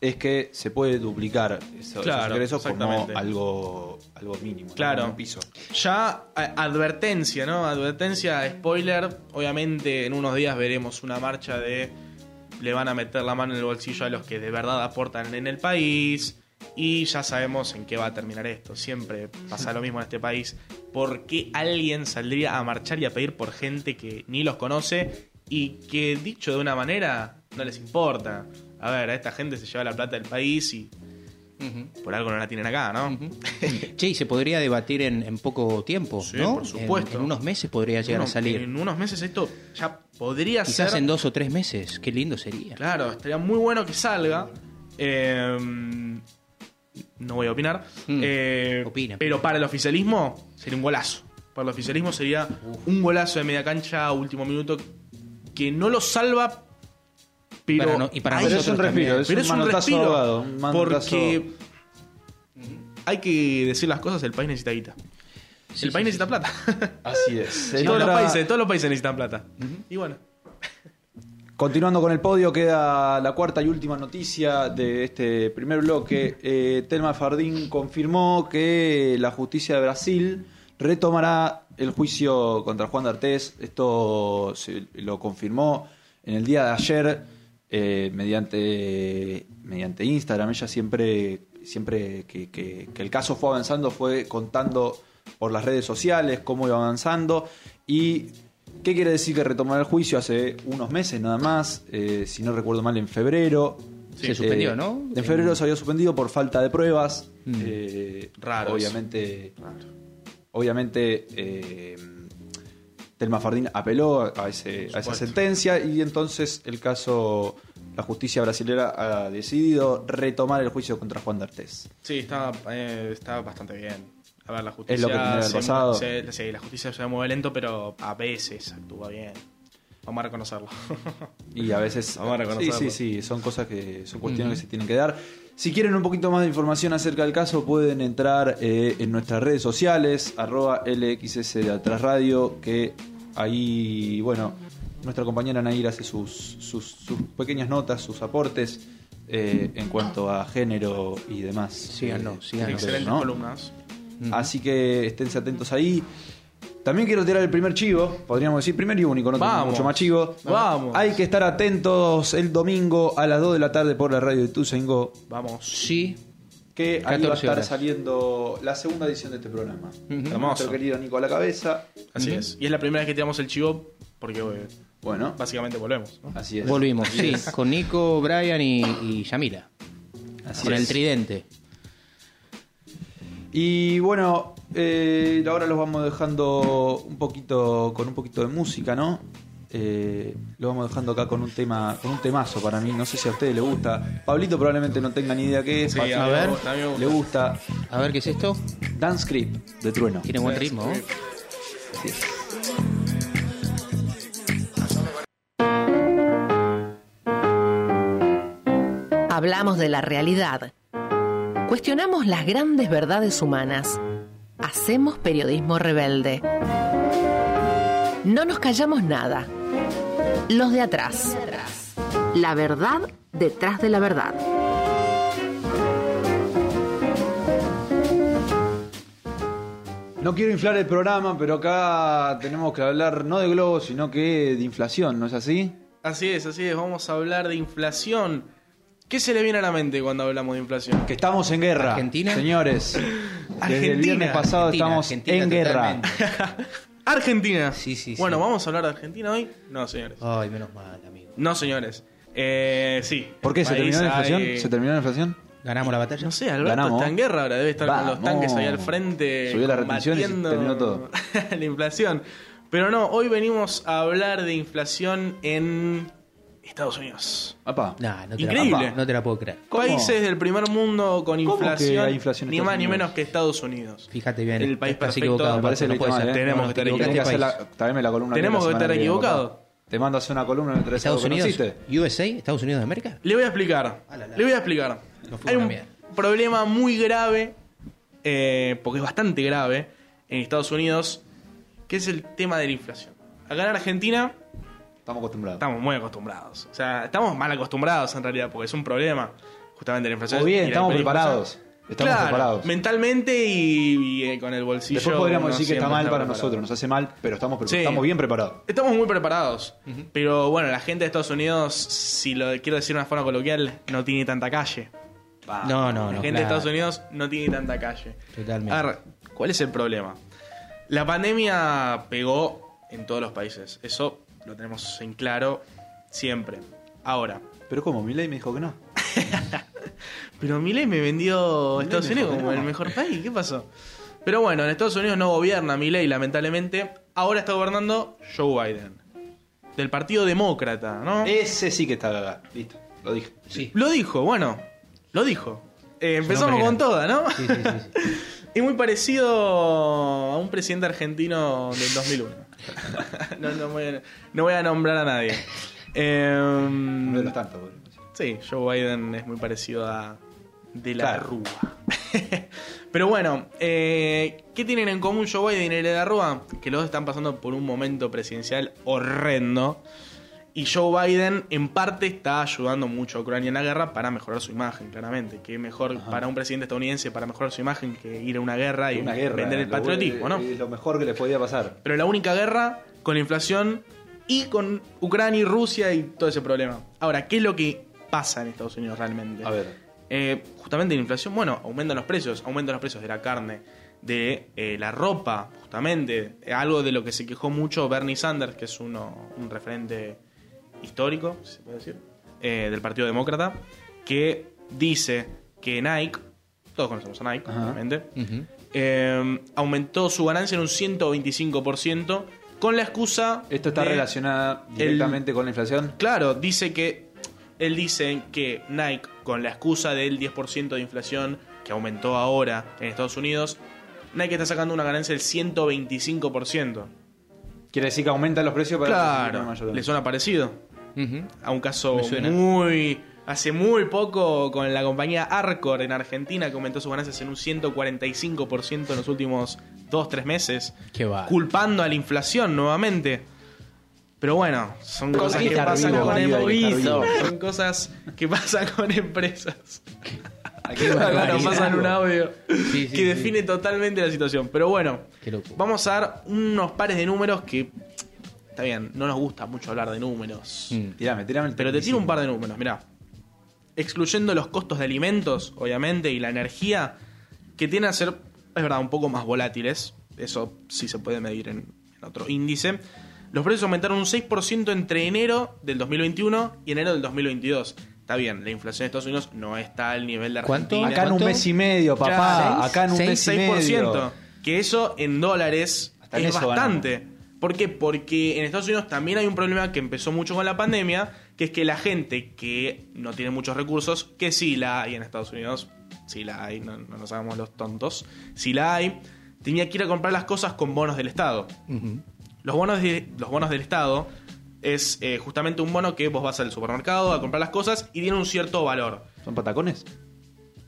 [SPEAKER 3] es que se puede duplicar eso- esos
[SPEAKER 4] Claro,
[SPEAKER 3] ingresos como
[SPEAKER 4] exactamente.
[SPEAKER 3] algo, algo mínimo, ¿no?
[SPEAKER 4] Claro.
[SPEAKER 3] un piso.
[SPEAKER 4] Ya a- advertencia, ¿no? Advertencia, spoiler. Obviamente en unos días veremos una marcha de le van a meter la mano en el bolsillo a los que de verdad aportan en el país. Y ya sabemos en qué va a terminar esto. Siempre pasa lo mismo en este país. ¿Por qué alguien saldría a marchar y a pedir por gente que ni los conoce y que dicho de una manera no les importa? A ver, a esta gente se lleva la plata del país y por algo no la tienen acá, ¿no?
[SPEAKER 6] Che, y se podría debatir en, en poco tiempo,
[SPEAKER 4] Sí,
[SPEAKER 6] ¿no?
[SPEAKER 4] por
[SPEAKER 6] En-
[SPEAKER 4] supuesto.
[SPEAKER 6] En, unos meses podría llegar
[SPEAKER 4] Uno-
[SPEAKER 6] a salir.
[SPEAKER 4] En unos meses esto ya podría
[SPEAKER 6] Quizás
[SPEAKER 4] ser.
[SPEAKER 6] en dos o tres meses. Qué lindo sería.
[SPEAKER 4] Claro, estaría muy bueno que salga. Eh, no voy a opinar.
[SPEAKER 6] Mm,
[SPEAKER 4] Eh,
[SPEAKER 6] opina.
[SPEAKER 4] Pero para el oficialismo sería un golazo. Para el oficialismo sería un golazo de media cancha, último minuto, que no lo salva, pero.
[SPEAKER 6] Para no- y para
[SPEAKER 4] ahí-
[SPEAKER 3] Ah, Pero es un
[SPEAKER 6] nosotros
[SPEAKER 3] respiro,
[SPEAKER 6] también.
[SPEAKER 3] es
[SPEAKER 4] pero
[SPEAKER 3] un
[SPEAKER 4] es un
[SPEAKER 3] manotazo
[SPEAKER 4] respiro.
[SPEAKER 3] ahogado, un manotazo-
[SPEAKER 4] Porque hay que decir las cosas, el país necesita guita.
[SPEAKER 6] Sí,
[SPEAKER 4] el país
[SPEAKER 6] sí,
[SPEAKER 4] necesita
[SPEAKER 6] sí.
[SPEAKER 4] plata.
[SPEAKER 3] Así es. En
[SPEAKER 4] todos, los
[SPEAKER 3] otra-
[SPEAKER 4] países, todos los países necesitan plata. Y bueno.
[SPEAKER 3] Continuando con el podio, queda la cuarta y última noticia de este primer bloque. Eh, Telma Fardín confirmó que la justicia de Brasil retomará el juicio contra Juan de Artés. Esto se lo confirmó en el día de ayer eh, mediante, mediante Instagram. Ella siempre, siempre que, que- que el caso fue avanzando fue contando por las redes sociales cómo iba avanzando y ¿Qué quiere decir que retomará el juicio hace unos meses nada más? eh, si no recuerdo mal, en febrero. Eh,
[SPEAKER 6] Sí, se suspendió, ¿no? Mm.
[SPEAKER 3] En febrero se había suspendido por falta de pruebas. eh,
[SPEAKER 4] Raro
[SPEAKER 3] Obviamente. Obviamente. eh, Telma Fardín apeló a, ese- a esa sentencia y entonces el caso, la justicia brasilera ha decidido retomar el juicio contra Juan de Artés.
[SPEAKER 4] Sí, está, eh, está bastante bien. A ver, la justicia.
[SPEAKER 3] Es lo que tenía el
[SPEAKER 4] se-
[SPEAKER 3] pasado.
[SPEAKER 4] se- sí, la justicia se mueve lento, pero a veces actúa bien. Vamos a reconocerlo.
[SPEAKER 3] Y a veces.
[SPEAKER 4] Vamos a
[SPEAKER 3] sí, sí,
[SPEAKER 4] reconocerlo.
[SPEAKER 3] sí, son cosas que. son cuestiones que se tienen que dar. Si quieren un poquito más de información acerca del caso, pueden entrar eh, en nuestras redes sociales, arroba LXS de Atrás Radio, que ahí, bueno, nuestra compañera Nair hace sus, sus, sus pequeñas notas, sus aportes eh, en cuanto a género y demás.
[SPEAKER 6] Síganos,
[SPEAKER 3] Eh,
[SPEAKER 6] síganos.
[SPEAKER 4] Excelentes
[SPEAKER 3] ¿no?
[SPEAKER 4] columnas.
[SPEAKER 3] Así que esténse atentos ahí. También quiero tirar el primer chivo, podríamos decir primer y único, no tengo
[SPEAKER 4] Vamos.
[SPEAKER 3] mucho más chivo.
[SPEAKER 4] Vamos.
[SPEAKER 3] Hay que estar atentos el domingo a las 2 de la tarde por la radio de Tusengo,
[SPEAKER 4] Vamos.
[SPEAKER 6] Sí.
[SPEAKER 3] que ahí va a
[SPEAKER 6] 14
[SPEAKER 3] estar
[SPEAKER 6] horas.
[SPEAKER 3] saliendo la segunda edición de este programa. Nuestro
[SPEAKER 4] Hermoso.
[SPEAKER 3] querido Nico a la cabeza.
[SPEAKER 4] Así es. Y es la primera vez que tiramos el chivo porque eh,
[SPEAKER 3] Bueno,
[SPEAKER 4] básicamente volvemos. ¿no?
[SPEAKER 3] así es.
[SPEAKER 6] Volvimos, sí. Con Nico, Brian y, y Yamila.
[SPEAKER 3] Así
[SPEAKER 6] con
[SPEAKER 3] es.
[SPEAKER 6] el tridente.
[SPEAKER 3] Y bueno, eh, ahora los vamos dejando un poquito con un poquito de música, ¿no? Eh, lo vamos dejando acá con un tema, con un temazo para mí. No sé si a ustedes les gusta. Pablito probablemente no tenga ni idea qué es.
[SPEAKER 4] Sí,
[SPEAKER 3] Pati
[SPEAKER 4] a
[SPEAKER 3] le
[SPEAKER 4] ver.
[SPEAKER 3] gusta, Le gusta
[SPEAKER 6] A ver, ¿qué es esto?
[SPEAKER 3] Dance Script de Trueno.
[SPEAKER 6] Tiene buen ritmo. ¿no?
[SPEAKER 3] Así es.
[SPEAKER 1] Hablamos de la realidad. Cuestionamos las grandes verdades humanas. Hacemos periodismo rebelde. No nos callamos nada. Los de atrás. La verdad detrás de la verdad.
[SPEAKER 3] No quiero inflar el programa, pero acá tenemos que hablar no de globos, sino que de inflación, ¿no es así?
[SPEAKER 4] Así es, así es. Vamos a hablar de inflación. ¿Qué se le viene a la mente cuando hablamos de inflación?
[SPEAKER 3] Que estamos en guerra.
[SPEAKER 6] Argentina.
[SPEAKER 3] Señores. Desde el
[SPEAKER 4] Argentina.
[SPEAKER 3] viernes pasado
[SPEAKER 6] Argentina,
[SPEAKER 3] estamos
[SPEAKER 6] Argentina,
[SPEAKER 3] en guerra.
[SPEAKER 6] totalmente.
[SPEAKER 4] Argentina.
[SPEAKER 6] Sí, sí, sí.
[SPEAKER 4] Bueno, ¿vamos a hablar de Argentina hoy? No, señores.
[SPEAKER 6] Ay, menos mal, amigo.
[SPEAKER 4] No, señores. Eh, sí.
[SPEAKER 3] ¿Por qué?
[SPEAKER 4] el
[SPEAKER 3] ¿Se
[SPEAKER 4] país
[SPEAKER 3] terminó la inflación?
[SPEAKER 4] hay-
[SPEAKER 3] ¿Se terminó la inflación?
[SPEAKER 6] ¿Ganamos la batalla?
[SPEAKER 4] No sé, Alberto
[SPEAKER 3] Ganamos.
[SPEAKER 4] está en guerra ahora, debe estar con los
[SPEAKER 3] Vamos.
[SPEAKER 4] tanques ahí al frente.
[SPEAKER 3] Subió las retenciones y se
[SPEAKER 4] combatiendo
[SPEAKER 3] terminó todo.
[SPEAKER 4] la inflación. Pero no, hoy venimos a hablar de inflación en Estados Unidos.
[SPEAKER 3] Apa.
[SPEAKER 6] Nah, no te La,
[SPEAKER 4] Increíble.
[SPEAKER 6] puedo- no te la puedo creer.
[SPEAKER 3] ¿Cómo?
[SPEAKER 4] Países del primer mundo con
[SPEAKER 3] ¿Cómo que
[SPEAKER 4] inflación,
[SPEAKER 3] hay inflación en
[SPEAKER 4] ni
[SPEAKER 3] Estados
[SPEAKER 4] más ni
[SPEAKER 3] Unidos?
[SPEAKER 4] menos que Estados Unidos.
[SPEAKER 6] Fíjate bien.
[SPEAKER 4] El país
[SPEAKER 6] estás
[SPEAKER 4] perfecto,
[SPEAKER 6] equivocado,
[SPEAKER 4] me
[SPEAKER 3] Me
[SPEAKER 6] Pato,
[SPEAKER 3] parece
[SPEAKER 6] no
[SPEAKER 3] que
[SPEAKER 6] puede ser.
[SPEAKER 4] ¿eh? Tenemos que estar
[SPEAKER 6] Te equivocaste,
[SPEAKER 4] equivocados.
[SPEAKER 6] país.
[SPEAKER 3] También me la columna. que la
[SPEAKER 4] Tenemos que
[SPEAKER 3] semana
[SPEAKER 4] estar
[SPEAKER 3] viene,
[SPEAKER 4] equivocados.
[SPEAKER 3] papá. Te mando a hacer una columna entre
[SPEAKER 6] Estados Unidos,
[SPEAKER 3] ¿Conociste?
[SPEAKER 6] USA, Estados Unidos de América.
[SPEAKER 4] Le voy a explicar.
[SPEAKER 6] Ah, la, la.
[SPEAKER 4] Le voy a explicar.
[SPEAKER 6] No fue
[SPEAKER 4] Hay
[SPEAKER 6] una
[SPEAKER 4] un
[SPEAKER 6] mierda.
[SPEAKER 4] problema muy grave, eh, porque es bastante grave, en Estados Unidos, que es el tema de la inflación. Acá en Argentina
[SPEAKER 3] Estamos acostumbrados.
[SPEAKER 4] estamos muy acostumbrados. O sea, estamos mal acostumbrados en realidad, porque es un problema, justamente la inflación.
[SPEAKER 3] Muy bien,
[SPEAKER 4] y la
[SPEAKER 3] estamos
[SPEAKER 4] hiperinflación.
[SPEAKER 3] preparados. Estamos
[SPEAKER 4] Claro,
[SPEAKER 3] preparados.
[SPEAKER 4] Mentalmente y, y, eh, con el bolsillo.
[SPEAKER 3] Después podríamos
[SPEAKER 4] uno
[SPEAKER 3] decir que está
[SPEAKER 4] siempre
[SPEAKER 3] mal para
[SPEAKER 4] preparado.
[SPEAKER 3] nosotros, nos hace mal, pero estamos, pre-
[SPEAKER 4] Sí.
[SPEAKER 3] estamos bien preparados.
[SPEAKER 4] Estamos muy preparados. Pero bueno, la gente de Estados Unidos, si lo quiero decir de una forma coloquial, no tiene tanta calle.
[SPEAKER 3] Ah.
[SPEAKER 6] No, no,
[SPEAKER 4] La
[SPEAKER 6] no.
[SPEAKER 4] gente de
[SPEAKER 6] claro.
[SPEAKER 4] Estados Unidos no tiene tanta calle.
[SPEAKER 6] Totalmente.
[SPEAKER 4] A ver, ¿cuál es el problema? La pandemia pegó en todos los países. Eso lo tenemos en claro siempre. Ahora,
[SPEAKER 3] Pero ¿cómo? Milei me dijo que no.
[SPEAKER 4] pero Milei me vendió Estados
[SPEAKER 3] me
[SPEAKER 4] Unidos
[SPEAKER 3] dijo que
[SPEAKER 4] como
[SPEAKER 3] no.
[SPEAKER 4] el mejor país. ¿Qué pasó? Pero bueno, en Estados Unidos no gobierna Milei, lamentablemente. Ahora está gobernando Joe Biden. Del Partido Demócrata, ¿no?
[SPEAKER 6] Eh.
[SPEAKER 3] Ese sí que está gaga. Listo, lo dije.
[SPEAKER 6] Sí.
[SPEAKER 4] Lo dijo, bueno, lo dijo. Eh,
[SPEAKER 6] un
[SPEAKER 4] empezamos
[SPEAKER 6] hombre
[SPEAKER 4] con toda,
[SPEAKER 6] grande.
[SPEAKER 4] ¿no?
[SPEAKER 6] Sí, sí, sí, sí.
[SPEAKER 4] Es muy parecido a un presidente argentino del 2001. no, no voy a, no voy a nombrar a nadie. Em,
[SPEAKER 3] Uno de los tantos, boludo.
[SPEAKER 4] sí, Joe Biden es muy parecido a De la
[SPEAKER 3] Claro.
[SPEAKER 4] Rúa. Pero bueno, eh, ¿qué tienen en común Joe Biden y De la Rúa? Que los dos están pasando por un momento presidencial horrendo. Y Joe Biden en parte está ayudando mucho a Ucrania en la guerra para mejorar su imagen, claramente. Que mejor para un presidente estadounidense para mejorar su imagen que ir a una guerra y
[SPEAKER 3] Una guerra.
[SPEAKER 4] vender el
[SPEAKER 3] lo- eh,
[SPEAKER 4] patriotismo, ¿no?
[SPEAKER 3] Es lo mejor que les podía pasar.
[SPEAKER 4] Pero la única guerra con la inflación y con Ucrania y Rusia y todo ese problema. Ahora, ¿qué es lo que pasa en Estados Unidos realmente?
[SPEAKER 3] A ver.
[SPEAKER 4] Eh, justamente la inflación, bueno, aumentan los precios, aumentan los precios de la carne, de eh, la ropa, justamente. Eh, Algo de lo que se quejó mucho Bernie Sanders, que es uno, un referente histórico, si se puede decir, eh, del Partido Demócrata, que dice que Nike, todos conocemos a Nike,
[SPEAKER 3] Ajá.
[SPEAKER 4] obviamente,
[SPEAKER 6] Ujú.
[SPEAKER 4] eh, aumentó su ganancia en un 125% con la excusa.
[SPEAKER 3] Esto está
[SPEAKER 4] de-
[SPEAKER 3] relacionado directamente con la inflación.
[SPEAKER 4] Claro, dice que. Él dice que Nike, con la excusa del 10% de inflación que aumentó ahora en Estados Unidos, Nike está sacando una ganancia del 125%.
[SPEAKER 3] Quiere decir que aumentan los precios para que
[SPEAKER 4] Claro,
[SPEAKER 3] se sientan
[SPEAKER 4] ¿le
[SPEAKER 3] mayores.
[SPEAKER 4] suena parecido?
[SPEAKER 6] Ujú.
[SPEAKER 4] A un caso
[SPEAKER 6] Me suena.
[SPEAKER 4] muy. Hace muy poco con la compañía Arcor en Argentina que aumentó sus ganancias en un 145% en los últimos 2-3 meses.
[SPEAKER 6] Qué va.
[SPEAKER 4] culpando a la inflación nuevamente. Pero bueno, son cosas que
[SPEAKER 3] estar
[SPEAKER 4] pasan
[SPEAKER 3] vivo,
[SPEAKER 4] con
[SPEAKER 3] boludo, hay que estar
[SPEAKER 4] empresas.
[SPEAKER 3] vivo.
[SPEAKER 4] Son cosas que pasan con empresas.
[SPEAKER 3] Aquí
[SPEAKER 4] Ahora
[SPEAKER 3] barbaridad.
[SPEAKER 4] pasan un audio
[SPEAKER 6] Sí, sí,
[SPEAKER 4] que
[SPEAKER 6] sí.
[SPEAKER 4] define totalmente la situación. Pero bueno,
[SPEAKER 6] Qué loco.
[SPEAKER 4] vamos a dar unos pares de números que. Está bien, no nos gusta mucho hablar de números.
[SPEAKER 6] Mm.
[SPEAKER 3] Tirame, tirame el
[SPEAKER 4] Pero te tiro
[SPEAKER 3] tecnicismo.
[SPEAKER 4] un par de números, mirá. Excluyendo los costos de alimentos, obviamente, y la energía, que tienen a ser, es verdad, un poco más volátiles. Eso sí se puede medir en, en otro índice. Los precios aumentaron un 6% entre enero del 2021 y enero del 2022. Está bien, la inflación de Estados Unidos no está al nivel de
[SPEAKER 6] ¿Cuánto?
[SPEAKER 4] Argentina.
[SPEAKER 3] Acá en un
[SPEAKER 6] ¿Cuánto?
[SPEAKER 3] mes y medio, papá.
[SPEAKER 4] Claro,
[SPEAKER 3] Acá en un
[SPEAKER 6] seis-
[SPEAKER 3] mes y
[SPEAKER 4] 6%.
[SPEAKER 3] medio.
[SPEAKER 4] Que eso en dólares
[SPEAKER 3] Hasta en
[SPEAKER 4] es
[SPEAKER 3] eso
[SPEAKER 4] bastante. ¿Por qué? Porque en Estados Unidos también hay un problema que empezó mucho con la pandemia, que es que la gente que no tiene muchos recursos, que sí la hay en Estados Unidos, sí la hay, no, no nos hagamos los tontos, sí la hay, tenía que ir a comprar las cosas con bonos del Estado.
[SPEAKER 6] Ujú.
[SPEAKER 4] Los bonos, de- los bonos del Estado es eh, justamente un bono que vos vas al supermercado a comprar las cosas y tiene un cierto valor.
[SPEAKER 3] ¿Son patacones?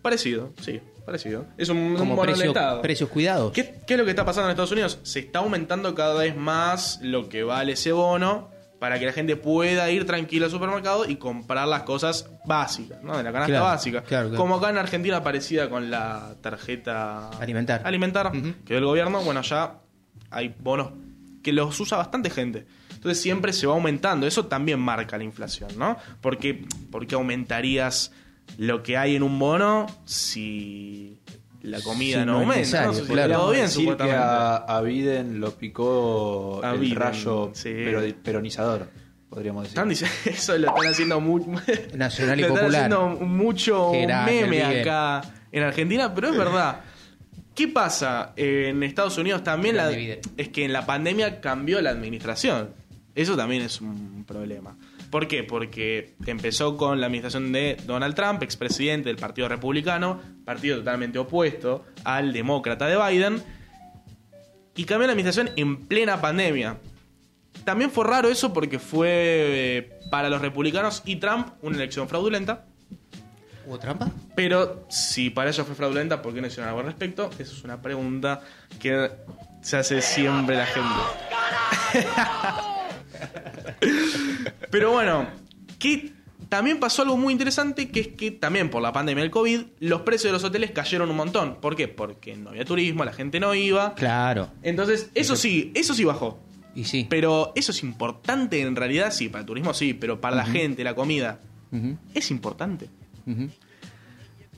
[SPEAKER 4] Parecido, sí, parecido. Es un, un
[SPEAKER 6] Como
[SPEAKER 4] bono del
[SPEAKER 6] precio-
[SPEAKER 4] Estado.
[SPEAKER 6] precios cuidados.
[SPEAKER 4] ¿Qué, qué es lo que está pasando en Estados Unidos? Se está aumentando cada vez más lo que vale ese bono para que la gente pueda ir tranquila al supermercado y comprar las cosas básicas, ¿no? De la canasta
[SPEAKER 6] Claro,
[SPEAKER 4] básica.
[SPEAKER 6] claro, claro.
[SPEAKER 4] Como acá en Argentina parecida con la tarjeta
[SPEAKER 6] Alimentar.
[SPEAKER 4] alimentar
[SPEAKER 6] Ujú.
[SPEAKER 4] que dio el gobierno, bueno, ya hay bonos que los usa bastante gente. Entonces siempre se va aumentando. Eso también marca la inflación, ¿no? Porque, porque aumentarías lo que hay en un bono si la comida
[SPEAKER 6] Si
[SPEAKER 4] no,
[SPEAKER 6] no es
[SPEAKER 4] aumenta. ¿no?
[SPEAKER 6] necesario,
[SPEAKER 4] Si
[SPEAKER 6] claro.
[SPEAKER 4] Todo
[SPEAKER 3] Podríamos
[SPEAKER 4] bien,
[SPEAKER 3] decir que
[SPEAKER 4] supuestamente.
[SPEAKER 3] a, a Biden lo picó
[SPEAKER 4] A
[SPEAKER 3] el
[SPEAKER 4] Biden,
[SPEAKER 3] rayo
[SPEAKER 4] sí.
[SPEAKER 3] pero- peronizador. podríamos decir.
[SPEAKER 4] Están diciendo, eso lo están haciendo mucho.
[SPEAKER 6] Nacional y
[SPEAKER 4] lo están
[SPEAKER 6] Popular.
[SPEAKER 4] haciendo mucho
[SPEAKER 6] Qué grande,
[SPEAKER 4] meme
[SPEAKER 6] Miguel.
[SPEAKER 4] acá en Argentina, pero es verdad. ¿Qué pasa? Eh, en Estados Unidos también la-
[SPEAKER 6] Grande, Miguel.
[SPEAKER 4] es que en la pandemia cambió la administración. Eso también es un problema. ¿Por qué? Porque empezó con la administración de Donald Trump, expresidente del Partido Republicano, partido totalmente opuesto al demócrata de Biden, y cambió la administración en plena pandemia. También fue raro eso porque fue eh, para los republicanos y Trump una elección fraudulenta.
[SPEAKER 6] ¿Hubo trampa?
[SPEAKER 4] Pero si para ellos fue fraudulenta, ¿por qué no hicieron algo al respecto? Esa es una pregunta que se hace siempre la gente. Pero bueno, que también pasó algo muy interesante, que es que también por la pandemia del COVID, los precios de los hoteles cayeron un montón. ¿Por qué? Porque no había turismo, la gente no iba.
[SPEAKER 6] Claro.
[SPEAKER 4] Entonces, eso sí, eso sí bajó.
[SPEAKER 6] Y sí.
[SPEAKER 4] Pero eso es importante en realidad, sí, para el turismo sí, pero para la gente, la comida,
[SPEAKER 6] Ujú,
[SPEAKER 4] es importante.
[SPEAKER 6] ujú.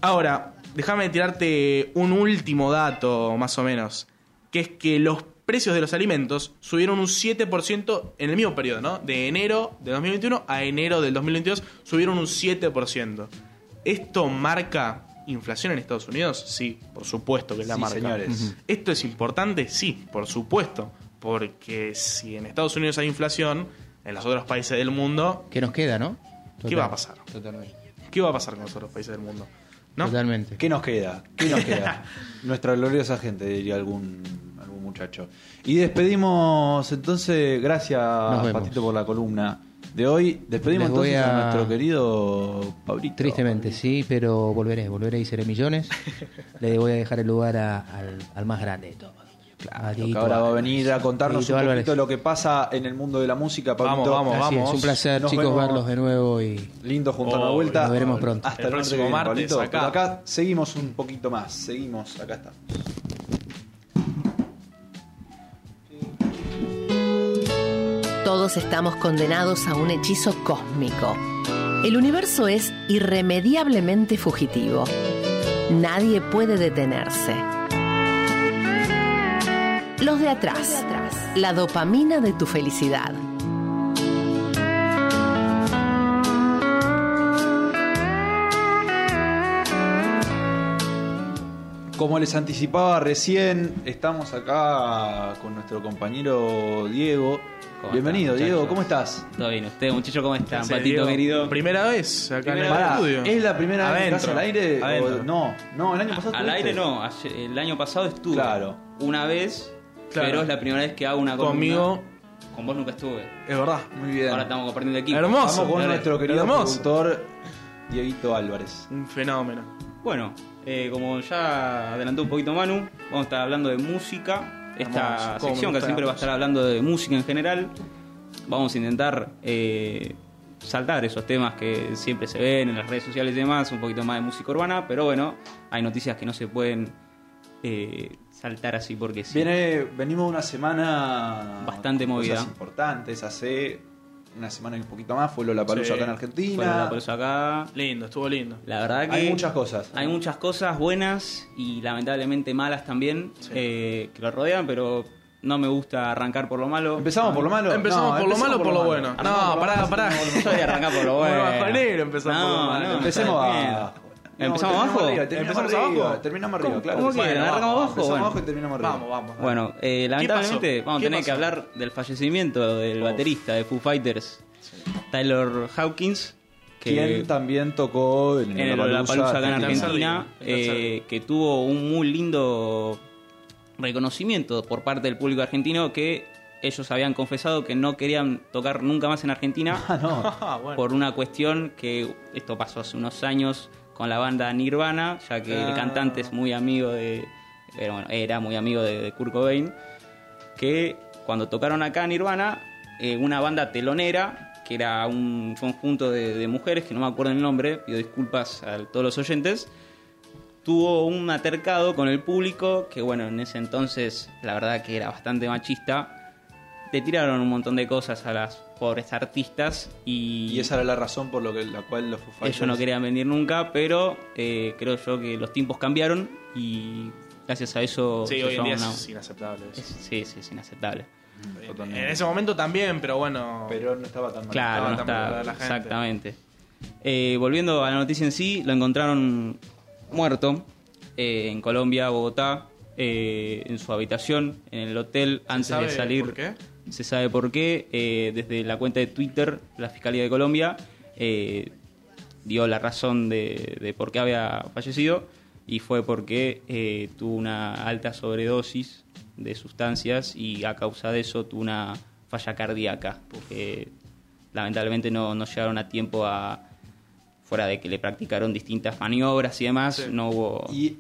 [SPEAKER 4] Ahora, déjame tirarte un último dato, más o menos, que es que los precios de los alimentos subieron un 7% en el mismo periodo, ¿no? De enero de 2021 a enero del 2022 subieron un 7%. ¿Esto marca inflación en Estados Unidos? Sí, por supuesto que la
[SPEAKER 3] Sí,
[SPEAKER 4] marca.
[SPEAKER 3] señores.
[SPEAKER 4] ¿Esto es importante? Sí, por supuesto, porque si en Estados Unidos hay inflación, en los otros países del mundo,
[SPEAKER 6] ¿Qué nos queda, no?
[SPEAKER 4] ¿Qué va a pasar?
[SPEAKER 6] Totalmente.
[SPEAKER 4] ¿qué va a pasar con los otros países del mundo? ¿No?
[SPEAKER 6] Totalmente.
[SPEAKER 3] ¿Qué nos queda? ¿Qué nos queda? Nuestra gloriosa gente, diría algún, algún muchacho. Y despedimos entonces, gracias
[SPEAKER 6] Nos vemos.
[SPEAKER 3] Patito por la columna de hoy. Despedimos
[SPEAKER 6] Les voy
[SPEAKER 3] entonces a...
[SPEAKER 6] a-
[SPEAKER 3] nuestro querido Pablito.
[SPEAKER 6] Tristemente, sí, pero volveré, volveré y seré millones. Le voy a dejar el lugar a- al, al más grande de todos. A
[SPEAKER 3] Que
[SPEAKER 6] Dieguito
[SPEAKER 3] ahora va a
[SPEAKER 6] Álvarez.
[SPEAKER 3] venir a contarnos
[SPEAKER 6] Dieguito
[SPEAKER 3] un
[SPEAKER 6] Álvarez.
[SPEAKER 3] poquito de lo que pasa en el mundo de la música, Pablito.
[SPEAKER 4] Vamos,
[SPEAKER 6] Así
[SPEAKER 4] vamos.
[SPEAKER 6] es, un placer,
[SPEAKER 3] Nos
[SPEAKER 6] chicos,
[SPEAKER 3] vemos.
[SPEAKER 6] verlos de nuevo y
[SPEAKER 3] Lindo juntarnos de
[SPEAKER 4] Oh,
[SPEAKER 3] vuelta.
[SPEAKER 6] nos veremos pronto.
[SPEAKER 3] Hasta
[SPEAKER 4] El
[SPEAKER 3] el, martes que
[SPEAKER 4] próximo
[SPEAKER 3] viene,
[SPEAKER 4] martes,
[SPEAKER 3] Pablito. Pero
[SPEAKER 4] acá.
[SPEAKER 3] acá seguimos un poquito más. Seguimos, acá está.
[SPEAKER 1] Todos estamos condenados a un hechizo cósmico. El universo es irremediablemente fugitivo. Nadie puede detenerse. Los de atrás. La dopamina de tu felicidad.
[SPEAKER 3] Como les anticipaba recién, estamos acá con nuestro compañero Diego.
[SPEAKER 7] ¿Cómo
[SPEAKER 3] Bienvenido,
[SPEAKER 7] están,
[SPEAKER 3] Diego,
[SPEAKER 7] muchachos?
[SPEAKER 3] ¿cómo estás?
[SPEAKER 7] Todo bien, usted, muchacho, ¿cómo están?
[SPEAKER 4] Gracias,
[SPEAKER 7] Patito
[SPEAKER 4] Diego.
[SPEAKER 7] querido.
[SPEAKER 4] Primera vez acá en el
[SPEAKER 3] Pará,
[SPEAKER 4] estudio.
[SPEAKER 3] ¿Es la primera
[SPEAKER 4] Adentro,
[SPEAKER 3] vez que estás al aire?
[SPEAKER 4] adentro.
[SPEAKER 3] O- no, no, el año pasado.
[SPEAKER 7] Al
[SPEAKER 3] estuviste.
[SPEAKER 7] aire no, ayer- el año pasado estuve.
[SPEAKER 3] Claro.
[SPEAKER 7] Una vez,
[SPEAKER 4] Claro.
[SPEAKER 7] pero es la primera vez que hago una columna.
[SPEAKER 4] Conmigo,
[SPEAKER 7] Con vos nunca estuve.
[SPEAKER 4] es verdad.
[SPEAKER 3] Muy bien.
[SPEAKER 7] Ahora estamos compartiendo aquí.
[SPEAKER 4] Hermoso.
[SPEAKER 3] Vamos con
[SPEAKER 4] señores.
[SPEAKER 3] nuestro querido
[SPEAKER 4] Hermoso.
[SPEAKER 3] productor Dieguito Álvarez.
[SPEAKER 4] Un fenómeno.
[SPEAKER 7] Bueno, eh, como ya adelantó un poquito Manu, vamos a estar hablando de música. Esta
[SPEAKER 4] Hermoso, cómo
[SPEAKER 7] sección
[SPEAKER 4] me
[SPEAKER 7] que
[SPEAKER 4] gusta la
[SPEAKER 7] siempre va a
[SPEAKER 4] música.
[SPEAKER 7] estar hablando de música en general. Vamos a intentar eh, saltar esos temas que siempre se ven en las redes sociales y demás, un poquito más de música urbana, pero bueno, hay noticias que no se pueden eh, saltar así porque sí.
[SPEAKER 3] Viene, venimos de una semana
[SPEAKER 7] Bastante
[SPEAKER 3] con
[SPEAKER 7] movida.
[SPEAKER 3] Cosas importantes. Hace una semana y un poquito más fue Lola Palusa
[SPEAKER 4] Sí.
[SPEAKER 3] acá en
[SPEAKER 7] Bueno,
[SPEAKER 3] Argentina.
[SPEAKER 7] por eso acá.
[SPEAKER 4] Lindo, estuvo lindo.
[SPEAKER 7] La verdad que
[SPEAKER 3] Hay muchas cosas.
[SPEAKER 7] Hay muchas cosas buenas y lamentablemente malas también
[SPEAKER 4] Sí.
[SPEAKER 7] eh, que lo rodean, pero no me gusta arrancar por lo malo.
[SPEAKER 3] Empezamos por lo malo.
[SPEAKER 4] Empezamos
[SPEAKER 3] No,
[SPEAKER 4] por lo malo o por lo bueno.
[SPEAKER 3] Arrancamos
[SPEAKER 4] No,
[SPEAKER 3] por lo
[SPEAKER 4] pará,
[SPEAKER 3] malo,
[SPEAKER 4] pará.
[SPEAKER 3] empezamos por
[SPEAKER 7] Yo voy a arrancar por lo
[SPEAKER 4] Muy
[SPEAKER 7] bueno.
[SPEAKER 4] bajonero empezar por lo malo.
[SPEAKER 3] Empecemos
[SPEAKER 7] está bien.
[SPEAKER 3] abajo.
[SPEAKER 7] Ah, ¿Empezamos
[SPEAKER 3] terminamos
[SPEAKER 7] abajo?
[SPEAKER 3] arriba, terminamos
[SPEAKER 4] ¿Empezamos
[SPEAKER 3] arriba,
[SPEAKER 4] abajo?
[SPEAKER 3] Terminamos arriba, claro.
[SPEAKER 7] cómo
[SPEAKER 3] que sí.
[SPEAKER 7] quieren?
[SPEAKER 3] Bueno,
[SPEAKER 7] ¿Arrancamos abajo?
[SPEAKER 3] Empezamos
[SPEAKER 7] Bueno.
[SPEAKER 3] abajo y terminamos arriba.
[SPEAKER 4] Vamos, vamos.
[SPEAKER 7] Bueno, eh, lamentablemente
[SPEAKER 4] pasó?
[SPEAKER 7] vamos a
[SPEAKER 4] ¿Qué
[SPEAKER 7] tener que
[SPEAKER 4] pasó?
[SPEAKER 7] hablar del fallecimiento del baterista de Foo Fighters, Tyler Hawkins, que
[SPEAKER 3] ¿Quién también tocó en,
[SPEAKER 7] en el Palusa acá en Argentina,
[SPEAKER 4] El tercer día, el
[SPEAKER 7] eh, que tuvo un muy lindo reconocimiento por parte del público argentino que ellos habían confesado que no querían tocar nunca más en Argentina
[SPEAKER 3] Ah, no.
[SPEAKER 4] Ah, bueno.
[SPEAKER 7] por una cuestión que esto pasó hace unos años con la banda Nirvana, ya que
[SPEAKER 4] Ah.
[SPEAKER 7] el cantante es muy amigo de pero bueno, era muy amigo de, de Kurt Cobain, que cuando tocaron acá Nirvana, eh, una banda telonera, que era un conjunto de, de mujeres, que no me acuerdo el nombre, pido disculpas a todos los oyentes, tuvo un atercado con el público, que bueno, en ese entonces la verdad que era bastante machista. Le tiraron un montón de cosas a las pobres artistas y,
[SPEAKER 3] Y esa era la razón por lo que, la cual los Foo Fighters...
[SPEAKER 7] ellos no querían venir nunca, pero eh, creo yo que los tiempos cambiaron y gracias a eso...
[SPEAKER 4] Sí,
[SPEAKER 7] se
[SPEAKER 4] hoy en día
[SPEAKER 7] llevaron una-
[SPEAKER 4] es inaceptable. eso.
[SPEAKER 7] es- sí, sí, es inaceptable.
[SPEAKER 4] En ese momento también, pero bueno.
[SPEAKER 3] Pero no estaba tan mal.
[SPEAKER 7] Claro, no
[SPEAKER 4] Estaba tan
[SPEAKER 7] está.
[SPEAKER 4] preparada la gente.
[SPEAKER 7] Exactamente. Eh, volviendo a la noticia en sí, lo encontraron muerto eh, en Colombia, Bogotá, eh, en su habitación, en el hotel, antes
[SPEAKER 4] sabe
[SPEAKER 7] de salir.
[SPEAKER 4] por qué?
[SPEAKER 7] Se sabe por qué. eh, desde la cuenta de Twitter, la Fiscalía de Colombia eh, dio la razón de, de por qué había fallecido y fue porque eh, tuvo una alta sobredosis de sustancias y a causa de eso tuvo una falla cardíaca, porque lamentablemente no, no llegaron a tiempo a... Fuera de que le practicaron distintas maniobras y demás,
[SPEAKER 4] Sí.
[SPEAKER 7] no hubo...
[SPEAKER 3] ¿Y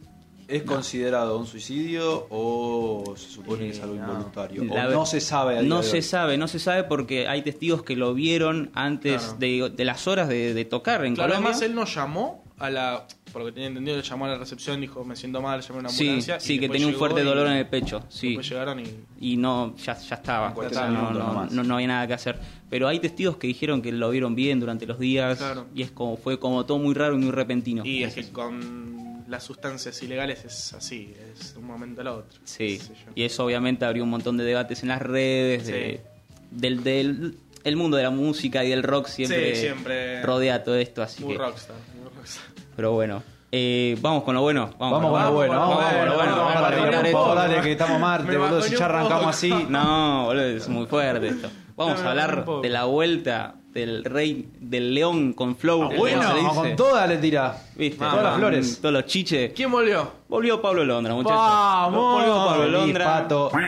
[SPEAKER 3] es considerado un suicidio o se supone que es algo
[SPEAKER 4] Eh, no.
[SPEAKER 3] involuntario?
[SPEAKER 7] La-
[SPEAKER 3] o no se sabe. a día
[SPEAKER 7] No
[SPEAKER 3] de
[SPEAKER 7] se
[SPEAKER 3] hoy?
[SPEAKER 7] sabe, no se sabe porque hay testigos que lo vieron antes
[SPEAKER 4] Claro.
[SPEAKER 7] de, de las horas de, de tocar en
[SPEAKER 4] Claro,
[SPEAKER 7] Colombia.
[SPEAKER 4] además él nos llamó a la. Por lo que tenía entendido, le llamó a la recepción, dijo: Me siento mal, llamé a una
[SPEAKER 7] sí,
[SPEAKER 4] ambulancia. y
[SPEAKER 7] sí, que
[SPEAKER 4] después
[SPEAKER 7] tenía un
[SPEAKER 4] llegó
[SPEAKER 7] fuerte
[SPEAKER 4] y-
[SPEAKER 7] dolor en el pecho, sí.
[SPEAKER 4] Después llegaron y.
[SPEAKER 7] Y no, ya, ya estaba,
[SPEAKER 3] Cuestión
[SPEAKER 7] O sea,
[SPEAKER 3] de
[SPEAKER 7] no,
[SPEAKER 3] minutos
[SPEAKER 7] no,
[SPEAKER 3] nomás.
[SPEAKER 7] no- no había nada que hacer. Pero hay testigos que dijeron que lo vieron bien durante los días
[SPEAKER 4] Claro.
[SPEAKER 7] y es como fue como todo muy raro y muy repentino.
[SPEAKER 4] Y es que con las sustancias ilegales es así, es de un momento al otro.
[SPEAKER 7] Sí,
[SPEAKER 4] qué sé yo.
[SPEAKER 7] y eso obviamente abrió un montón de debates en las redes, de-
[SPEAKER 4] Sí.
[SPEAKER 7] del, del el mundo de la música y del rock siempre,
[SPEAKER 4] Sí, siempre.
[SPEAKER 7] rodea todo esto, así
[SPEAKER 4] Muy
[SPEAKER 7] que-
[SPEAKER 4] rockstar, muy rockstar.
[SPEAKER 7] Pero bueno, eh, vamos con lo bueno.
[SPEAKER 3] Vamos con lo bueno, vamos con lo bueno. Vamos a
[SPEAKER 7] vamos
[SPEAKER 3] arrancar
[SPEAKER 7] con lo
[SPEAKER 3] un poco,
[SPEAKER 7] bueno.
[SPEAKER 3] dale, que estamos
[SPEAKER 4] Me
[SPEAKER 3] Marte, boludo.
[SPEAKER 4] bajó
[SPEAKER 3] Si
[SPEAKER 4] un
[SPEAKER 3] ya arrancamos
[SPEAKER 4] poco.
[SPEAKER 3] así.
[SPEAKER 7] No, boludo, es muy fuerte esto. Vamos
[SPEAKER 4] No,
[SPEAKER 7] a
[SPEAKER 4] no,
[SPEAKER 7] hablar
[SPEAKER 4] un poco.
[SPEAKER 7] de la vuelta del rey del león con flow. como
[SPEAKER 3] Ah, Bueno,
[SPEAKER 7] se dice.
[SPEAKER 3] con toda le tira.
[SPEAKER 7] ¿Viste?
[SPEAKER 3] Todas las
[SPEAKER 7] Con
[SPEAKER 3] flores.
[SPEAKER 7] Todos los chiches.
[SPEAKER 4] ¿Quién volvió?
[SPEAKER 7] Volvió Pablo Londra, muchachos. Volvió Pablo
[SPEAKER 3] ¡Vamos! Feliz,
[SPEAKER 7] Londra.
[SPEAKER 3] pato.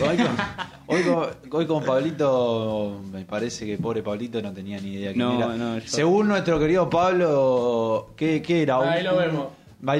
[SPEAKER 3] Hoy con, hoy, con, hoy con Pablito, me parece que pobre Pablito no tenía ni idea quién
[SPEAKER 7] No,
[SPEAKER 3] era.
[SPEAKER 7] no, yo-
[SPEAKER 3] Según nuestro querido Pablo, ¿qué, qué era?
[SPEAKER 4] Ah, Ahí lo vemos.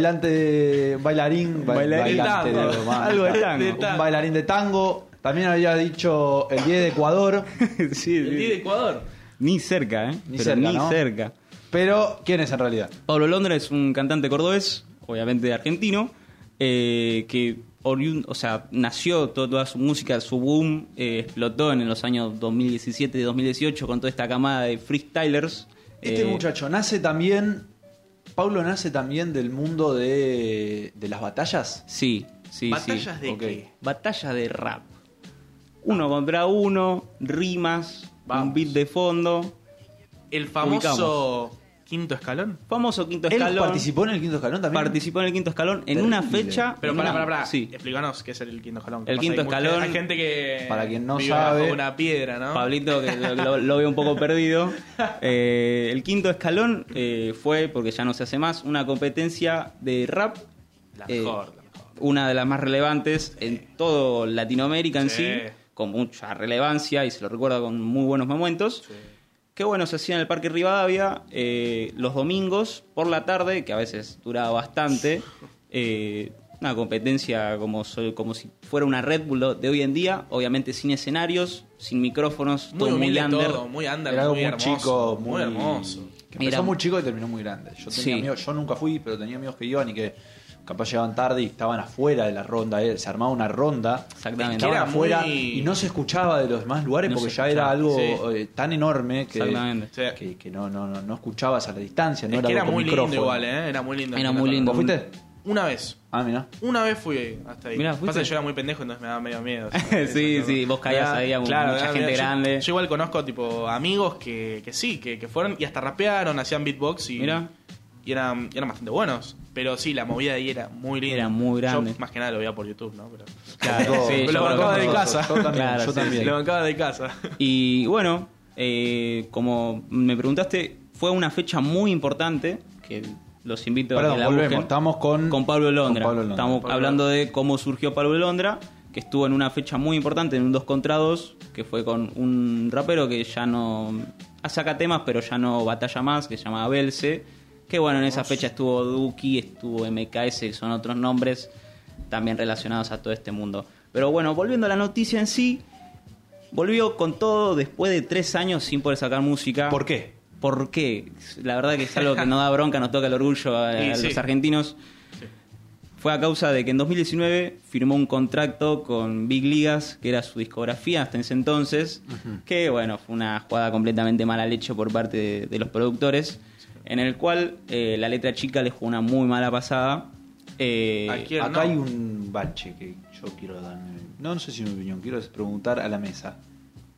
[SPEAKER 3] Bailante, bailarín, ba-
[SPEAKER 7] Bailarín
[SPEAKER 3] bailante
[SPEAKER 7] tango.
[SPEAKER 3] de Román.
[SPEAKER 7] Algo de tango.
[SPEAKER 3] Un bailarín de tango. También había dicho el 10 de Ecuador.
[SPEAKER 7] Sí, sí.
[SPEAKER 4] El día de Ecuador.
[SPEAKER 7] Ni cerca, ¿eh?
[SPEAKER 3] Ni
[SPEAKER 7] Pero
[SPEAKER 3] cerca,
[SPEAKER 7] Ni
[SPEAKER 3] ¿no?
[SPEAKER 7] cerca.
[SPEAKER 3] Pero, ¿quién es en realidad?
[SPEAKER 7] Pablo Londra es un cantante cordobés, obviamente argentino, eh, que oriun- o sea, nació to- toda su música, su boom eh, explotó en los años 2017 y 2018 con toda esta camada de freestylers.
[SPEAKER 3] Este
[SPEAKER 7] eh,
[SPEAKER 3] muchacho nace también. Pablo nace también del mundo de, de las batallas.
[SPEAKER 7] Sí, sí,
[SPEAKER 4] ¿Batallas
[SPEAKER 7] sí.
[SPEAKER 4] de
[SPEAKER 3] ok.
[SPEAKER 4] qué?
[SPEAKER 7] Batalla de rap. Uno contra uno, rimas, un beat de fondo.
[SPEAKER 4] El famoso quinto escalón.
[SPEAKER 7] Famoso quinto
[SPEAKER 3] Él
[SPEAKER 7] escalón.
[SPEAKER 3] participó en el quinto escalón también.
[SPEAKER 7] participó en el quinto escalón en
[SPEAKER 3] Terrible.
[SPEAKER 7] una fecha.
[SPEAKER 4] Pero
[SPEAKER 7] en
[SPEAKER 4] pará,
[SPEAKER 7] una-
[SPEAKER 4] pará, pará.
[SPEAKER 7] Sí.
[SPEAKER 4] Explícanos qué es el quinto escalón.
[SPEAKER 7] El
[SPEAKER 4] Pasa,
[SPEAKER 7] quinto
[SPEAKER 4] hay mucha-
[SPEAKER 7] escalón-
[SPEAKER 4] Hay gente que.
[SPEAKER 3] Para quien no
[SPEAKER 4] vive
[SPEAKER 3] sabe-
[SPEAKER 4] bajo una piedra, ¿no?
[SPEAKER 7] Pablito, que lo, lo- lo veo un poco perdido. Eh, el quinto escalón eh, fue, porque ya no se hace más, una competencia de rap.
[SPEAKER 4] La
[SPEAKER 7] eh,
[SPEAKER 4] mejor, la mejor.
[SPEAKER 7] Una de las más relevantes en todo Latinoamérica en sí.
[SPEAKER 4] Sí.
[SPEAKER 7] con mucha relevancia y se lo recuerda con muy buenos momentos. Que bueno, se hacía en el Parque Rivadavia eh, los domingos por la tarde, que a veces duraba bastante. eh, una competencia como, so- como si fuera una Red Bull de hoy en día, obviamente sin escenarios, sin micrófonos,
[SPEAKER 4] Muy
[SPEAKER 7] todo muy
[SPEAKER 4] humilde
[SPEAKER 7] under.
[SPEAKER 4] todo, muy under,
[SPEAKER 3] Era algo
[SPEAKER 4] muy,
[SPEAKER 3] muy
[SPEAKER 4] hermoso.
[SPEAKER 3] chico, muy,
[SPEAKER 4] muy hermoso.
[SPEAKER 3] Que empezó
[SPEAKER 7] Era-
[SPEAKER 3] muy chico y terminó muy grande. Yo tenía
[SPEAKER 7] Sí.
[SPEAKER 3] amigos, yo nunca fui, pero tenía amigos que iban y que capaz llegaban tarde y estaban afuera de la ronda. eh, Se armaba una ronda.
[SPEAKER 7] Exactamente.
[SPEAKER 3] Estaban
[SPEAKER 4] Era
[SPEAKER 3] afuera
[SPEAKER 4] muy-
[SPEAKER 3] y no se escuchaba de los demás lugares
[SPEAKER 7] No
[SPEAKER 3] porque
[SPEAKER 7] se
[SPEAKER 3] ya era algo
[SPEAKER 4] escuchaba,
[SPEAKER 3] eh, tan enorme que,
[SPEAKER 7] Exactamente.
[SPEAKER 4] Sí.
[SPEAKER 3] que, que no, no, no, no escuchabas a la distancia. No
[SPEAKER 4] es
[SPEAKER 3] era,
[SPEAKER 4] que era
[SPEAKER 3] algo con
[SPEAKER 4] muy lindo
[SPEAKER 3] micrófono.
[SPEAKER 4] igual, ¿eh? Era muy lindo. el
[SPEAKER 7] Era
[SPEAKER 4] quinto
[SPEAKER 7] muy
[SPEAKER 4] escalón.
[SPEAKER 7] lindo.
[SPEAKER 3] ¿Vos fuiste?
[SPEAKER 4] Una vez.
[SPEAKER 3] Ah, mira.
[SPEAKER 4] Una vez fui hasta ahí.
[SPEAKER 7] Mirá,
[SPEAKER 4] Pasa
[SPEAKER 7] ¿fuiste?
[SPEAKER 4] que yo era muy pendejo, entonces me daba medio miedo.
[SPEAKER 7] Sí, sí, vos caías
[SPEAKER 4] Me da-
[SPEAKER 7] ahí a mu-
[SPEAKER 4] me
[SPEAKER 7] mucha
[SPEAKER 4] da
[SPEAKER 7] gente
[SPEAKER 4] miedo. Yo-
[SPEAKER 7] grande.
[SPEAKER 4] Yo, igual conozco, tipo, amigos que, que sí, que, que fueron y hasta rapearon, hacían beatbox y,
[SPEAKER 7] Mirá.
[SPEAKER 4] y eran, y eran bastante buenos. Pero sí, la movida ahí era muy linda.
[SPEAKER 7] Era muy grande.
[SPEAKER 4] Yo, más que nada, lo veía por YouTube, ¿no? Pero,
[SPEAKER 7] Claro,
[SPEAKER 3] Yo-
[SPEAKER 7] sí,
[SPEAKER 4] Me
[SPEAKER 7] yo
[SPEAKER 4] lo
[SPEAKER 7] creo
[SPEAKER 4] bancaba
[SPEAKER 7] que
[SPEAKER 4] de
[SPEAKER 7] todos.
[SPEAKER 4] casa.
[SPEAKER 3] Yo también,
[SPEAKER 7] Claro,
[SPEAKER 3] yo
[SPEAKER 7] sí,
[SPEAKER 3] también.
[SPEAKER 4] Lo bancaba de casa.
[SPEAKER 7] Y bueno, eh, como me preguntaste, fue una fecha muy importante que los invito a
[SPEAKER 3] Perdón,
[SPEAKER 7] que la
[SPEAKER 3] volvemos.
[SPEAKER 7] busquen.
[SPEAKER 3] Estamos con-
[SPEAKER 7] con Pablo Londra.
[SPEAKER 3] con Pablo Londra.
[SPEAKER 7] Estamos
[SPEAKER 4] Pablo
[SPEAKER 7] hablando de cómo surgió Pablo Londra, que estuvo en una fecha muy importante, en un 2 contra 2, que fue con un rapero que ya no saca temas, pero ya no batalla más, que se llama Belce. Que bueno, en
[SPEAKER 3] Oh,
[SPEAKER 7] esa fecha estuvo Duki, estuvo MKS, que son otros nombres también relacionados a todo este mundo. Pero bueno, volviendo a la noticia en sí, Volvió con todo después de tres años sin poder sacar música.
[SPEAKER 3] ¿Por qué?
[SPEAKER 7] ¿Por qué? La verdad que es algo que no da bronca, nos toca el orgullo a,
[SPEAKER 4] Y
[SPEAKER 7] a
[SPEAKER 4] sí.
[SPEAKER 7] los argentinos. Fue a causa de que en 2019 firmó un contrato con Big Ligas, que era su discografía hasta ese entonces, que bueno, fue una jugada completamente mala leche por parte de, de los productores, en el cual eh, la letra chica le jugó una muy mala pasada. Eh,
[SPEAKER 4] ¿A quién?
[SPEAKER 3] Acá
[SPEAKER 4] no?
[SPEAKER 3] hay un un bache que yo quiero dar. No, no sé si mi opinión, quiero preguntar a la mesa.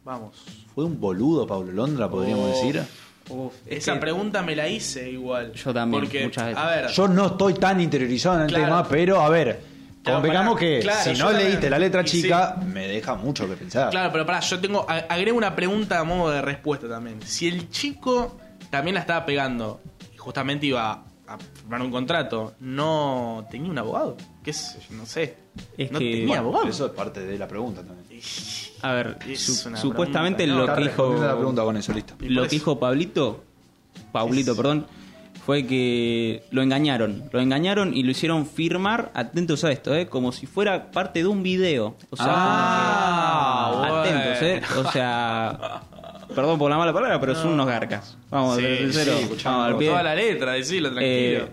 [SPEAKER 4] Vamos.
[SPEAKER 3] ¿Fue un boludo Pablo Londra, podríamos
[SPEAKER 4] Oh.
[SPEAKER 3] decir?
[SPEAKER 7] Uf, es
[SPEAKER 4] Esa
[SPEAKER 7] que-
[SPEAKER 4] pregunta me la hice igual.
[SPEAKER 7] Yo también,
[SPEAKER 4] Porque,
[SPEAKER 7] muchas veces.
[SPEAKER 4] A ver,
[SPEAKER 3] Yo no estoy tan interiorizado en el
[SPEAKER 4] Claro.
[SPEAKER 3] tema, pero a ver,
[SPEAKER 4] Claro,
[SPEAKER 3] convengamos
[SPEAKER 4] pará,
[SPEAKER 3] que
[SPEAKER 4] claro,
[SPEAKER 3] si
[SPEAKER 4] yo
[SPEAKER 3] no
[SPEAKER 4] también.
[SPEAKER 3] leíste la letra
[SPEAKER 4] Y sí.
[SPEAKER 3] chica, me deja mucho que pensar.
[SPEAKER 4] claro, pero pará, yo tengo. a- Agrego una pregunta a modo de respuesta también. Si el chico también la estaba pegando y justamente iba a firmar un contrato, ¿no tenía un abogado? ¿Qué sé yo? No sé.
[SPEAKER 7] Es
[SPEAKER 4] no
[SPEAKER 7] que-
[SPEAKER 4] tenía abogado.
[SPEAKER 3] Eso es parte de la pregunta también.
[SPEAKER 7] A ver,
[SPEAKER 4] Es
[SPEAKER 7] su-
[SPEAKER 4] una
[SPEAKER 7] supuestamente
[SPEAKER 4] pregunta,
[SPEAKER 7] lo
[SPEAKER 3] Está
[SPEAKER 7] que dijo
[SPEAKER 3] respondiendo la pregunta con eso, listo.
[SPEAKER 4] Y
[SPEAKER 7] lo
[SPEAKER 4] por
[SPEAKER 7] que
[SPEAKER 4] eso.
[SPEAKER 7] dijo Pablito, Paulito,
[SPEAKER 4] Es-
[SPEAKER 7] perdón, fue que lo engañaron, lo engañaron y lo hicieron firmar, atentos a esto, ¿eh? como si fuera parte de un video. O sea,
[SPEAKER 4] Ah,
[SPEAKER 7] como que-
[SPEAKER 4] bueno.
[SPEAKER 7] atentos, ¿eh? o sea, perdón por la mala palabra, pero son unos garcas. Vamos,
[SPEAKER 4] Sí,
[SPEAKER 7] a ser sinceros,
[SPEAKER 4] sí,
[SPEAKER 3] escuchamos
[SPEAKER 7] vamos al
[SPEAKER 4] Con
[SPEAKER 7] pie.
[SPEAKER 4] toda la letra, decirlo tranquilo.
[SPEAKER 7] Eh,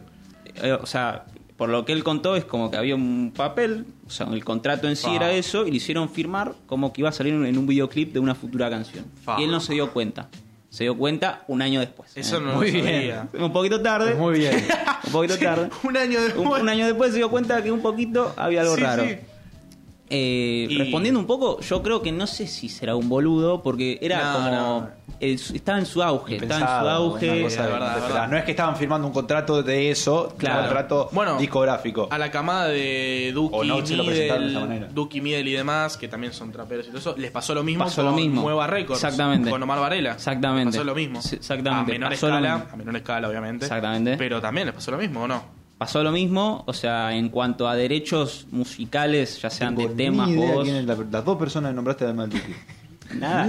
[SPEAKER 7] eh, o sea, por lo que él contó es como que había un papel, o sea, el contrato en sí
[SPEAKER 4] Fa.
[SPEAKER 7] era eso, y le hicieron firmar como que iba a salir en un videoclip de una futura canción.
[SPEAKER 4] Fa.
[SPEAKER 7] Y él no se dio cuenta. Se dio cuenta un año después.
[SPEAKER 4] Eso
[SPEAKER 7] Eh,
[SPEAKER 4] no
[SPEAKER 7] muy
[SPEAKER 4] lo
[SPEAKER 7] bien.
[SPEAKER 4] sabía.
[SPEAKER 7] Un poquito tarde.
[SPEAKER 3] Muy bien.
[SPEAKER 7] Un poquito tarde.
[SPEAKER 4] un año
[SPEAKER 7] un,
[SPEAKER 4] después.
[SPEAKER 7] un año después se dio cuenta que un poquito había algo
[SPEAKER 4] Sí,
[SPEAKER 7] raro.
[SPEAKER 4] sí.
[SPEAKER 7] Eh,
[SPEAKER 4] Y-
[SPEAKER 7] Respondiendo un poco, yo creo que no sé si será un boludo, porque era
[SPEAKER 4] No,
[SPEAKER 7] como.
[SPEAKER 4] no.
[SPEAKER 7] el- estaba en su auge, estaba en su
[SPEAKER 3] Pensado, una
[SPEAKER 7] auge.
[SPEAKER 3] cosa
[SPEAKER 4] de
[SPEAKER 3] de-
[SPEAKER 4] verdad,
[SPEAKER 3] de
[SPEAKER 4] de
[SPEAKER 3] esperar.
[SPEAKER 4] verdad.
[SPEAKER 3] No es que estaban firmando un contrato de eso,
[SPEAKER 7] Claro.
[SPEAKER 3] un contrato
[SPEAKER 4] Bueno,
[SPEAKER 3] discográfico.
[SPEAKER 4] A la camada de Duki,
[SPEAKER 3] O no se lo presentaron de esa
[SPEAKER 4] Midel,
[SPEAKER 3] manera.
[SPEAKER 4] Duki Midel y demás, que también son traperos y todo eso, les pasó lo mismo
[SPEAKER 7] Pasó
[SPEAKER 4] con
[SPEAKER 7] lo mismo.
[SPEAKER 4] Nueva Records.
[SPEAKER 7] Exactamente.
[SPEAKER 4] Con Omar Varela.
[SPEAKER 7] Exactamente.
[SPEAKER 4] Les Pasó lo mismo.
[SPEAKER 7] Sí, exactamente.
[SPEAKER 4] A menor
[SPEAKER 7] Pasó lo
[SPEAKER 4] escala,
[SPEAKER 7] mismo.
[SPEAKER 4] a menor escala, obviamente.
[SPEAKER 7] Exactamente.
[SPEAKER 4] Pero también les pasó lo mismo, ¿o no?
[SPEAKER 7] Pasó lo mismo, o sea, en cuanto a derechos musicales, ya sean de temas,
[SPEAKER 3] ni idea
[SPEAKER 7] voz.
[SPEAKER 3] quién es la- las dos personas que nombraste además del Duki.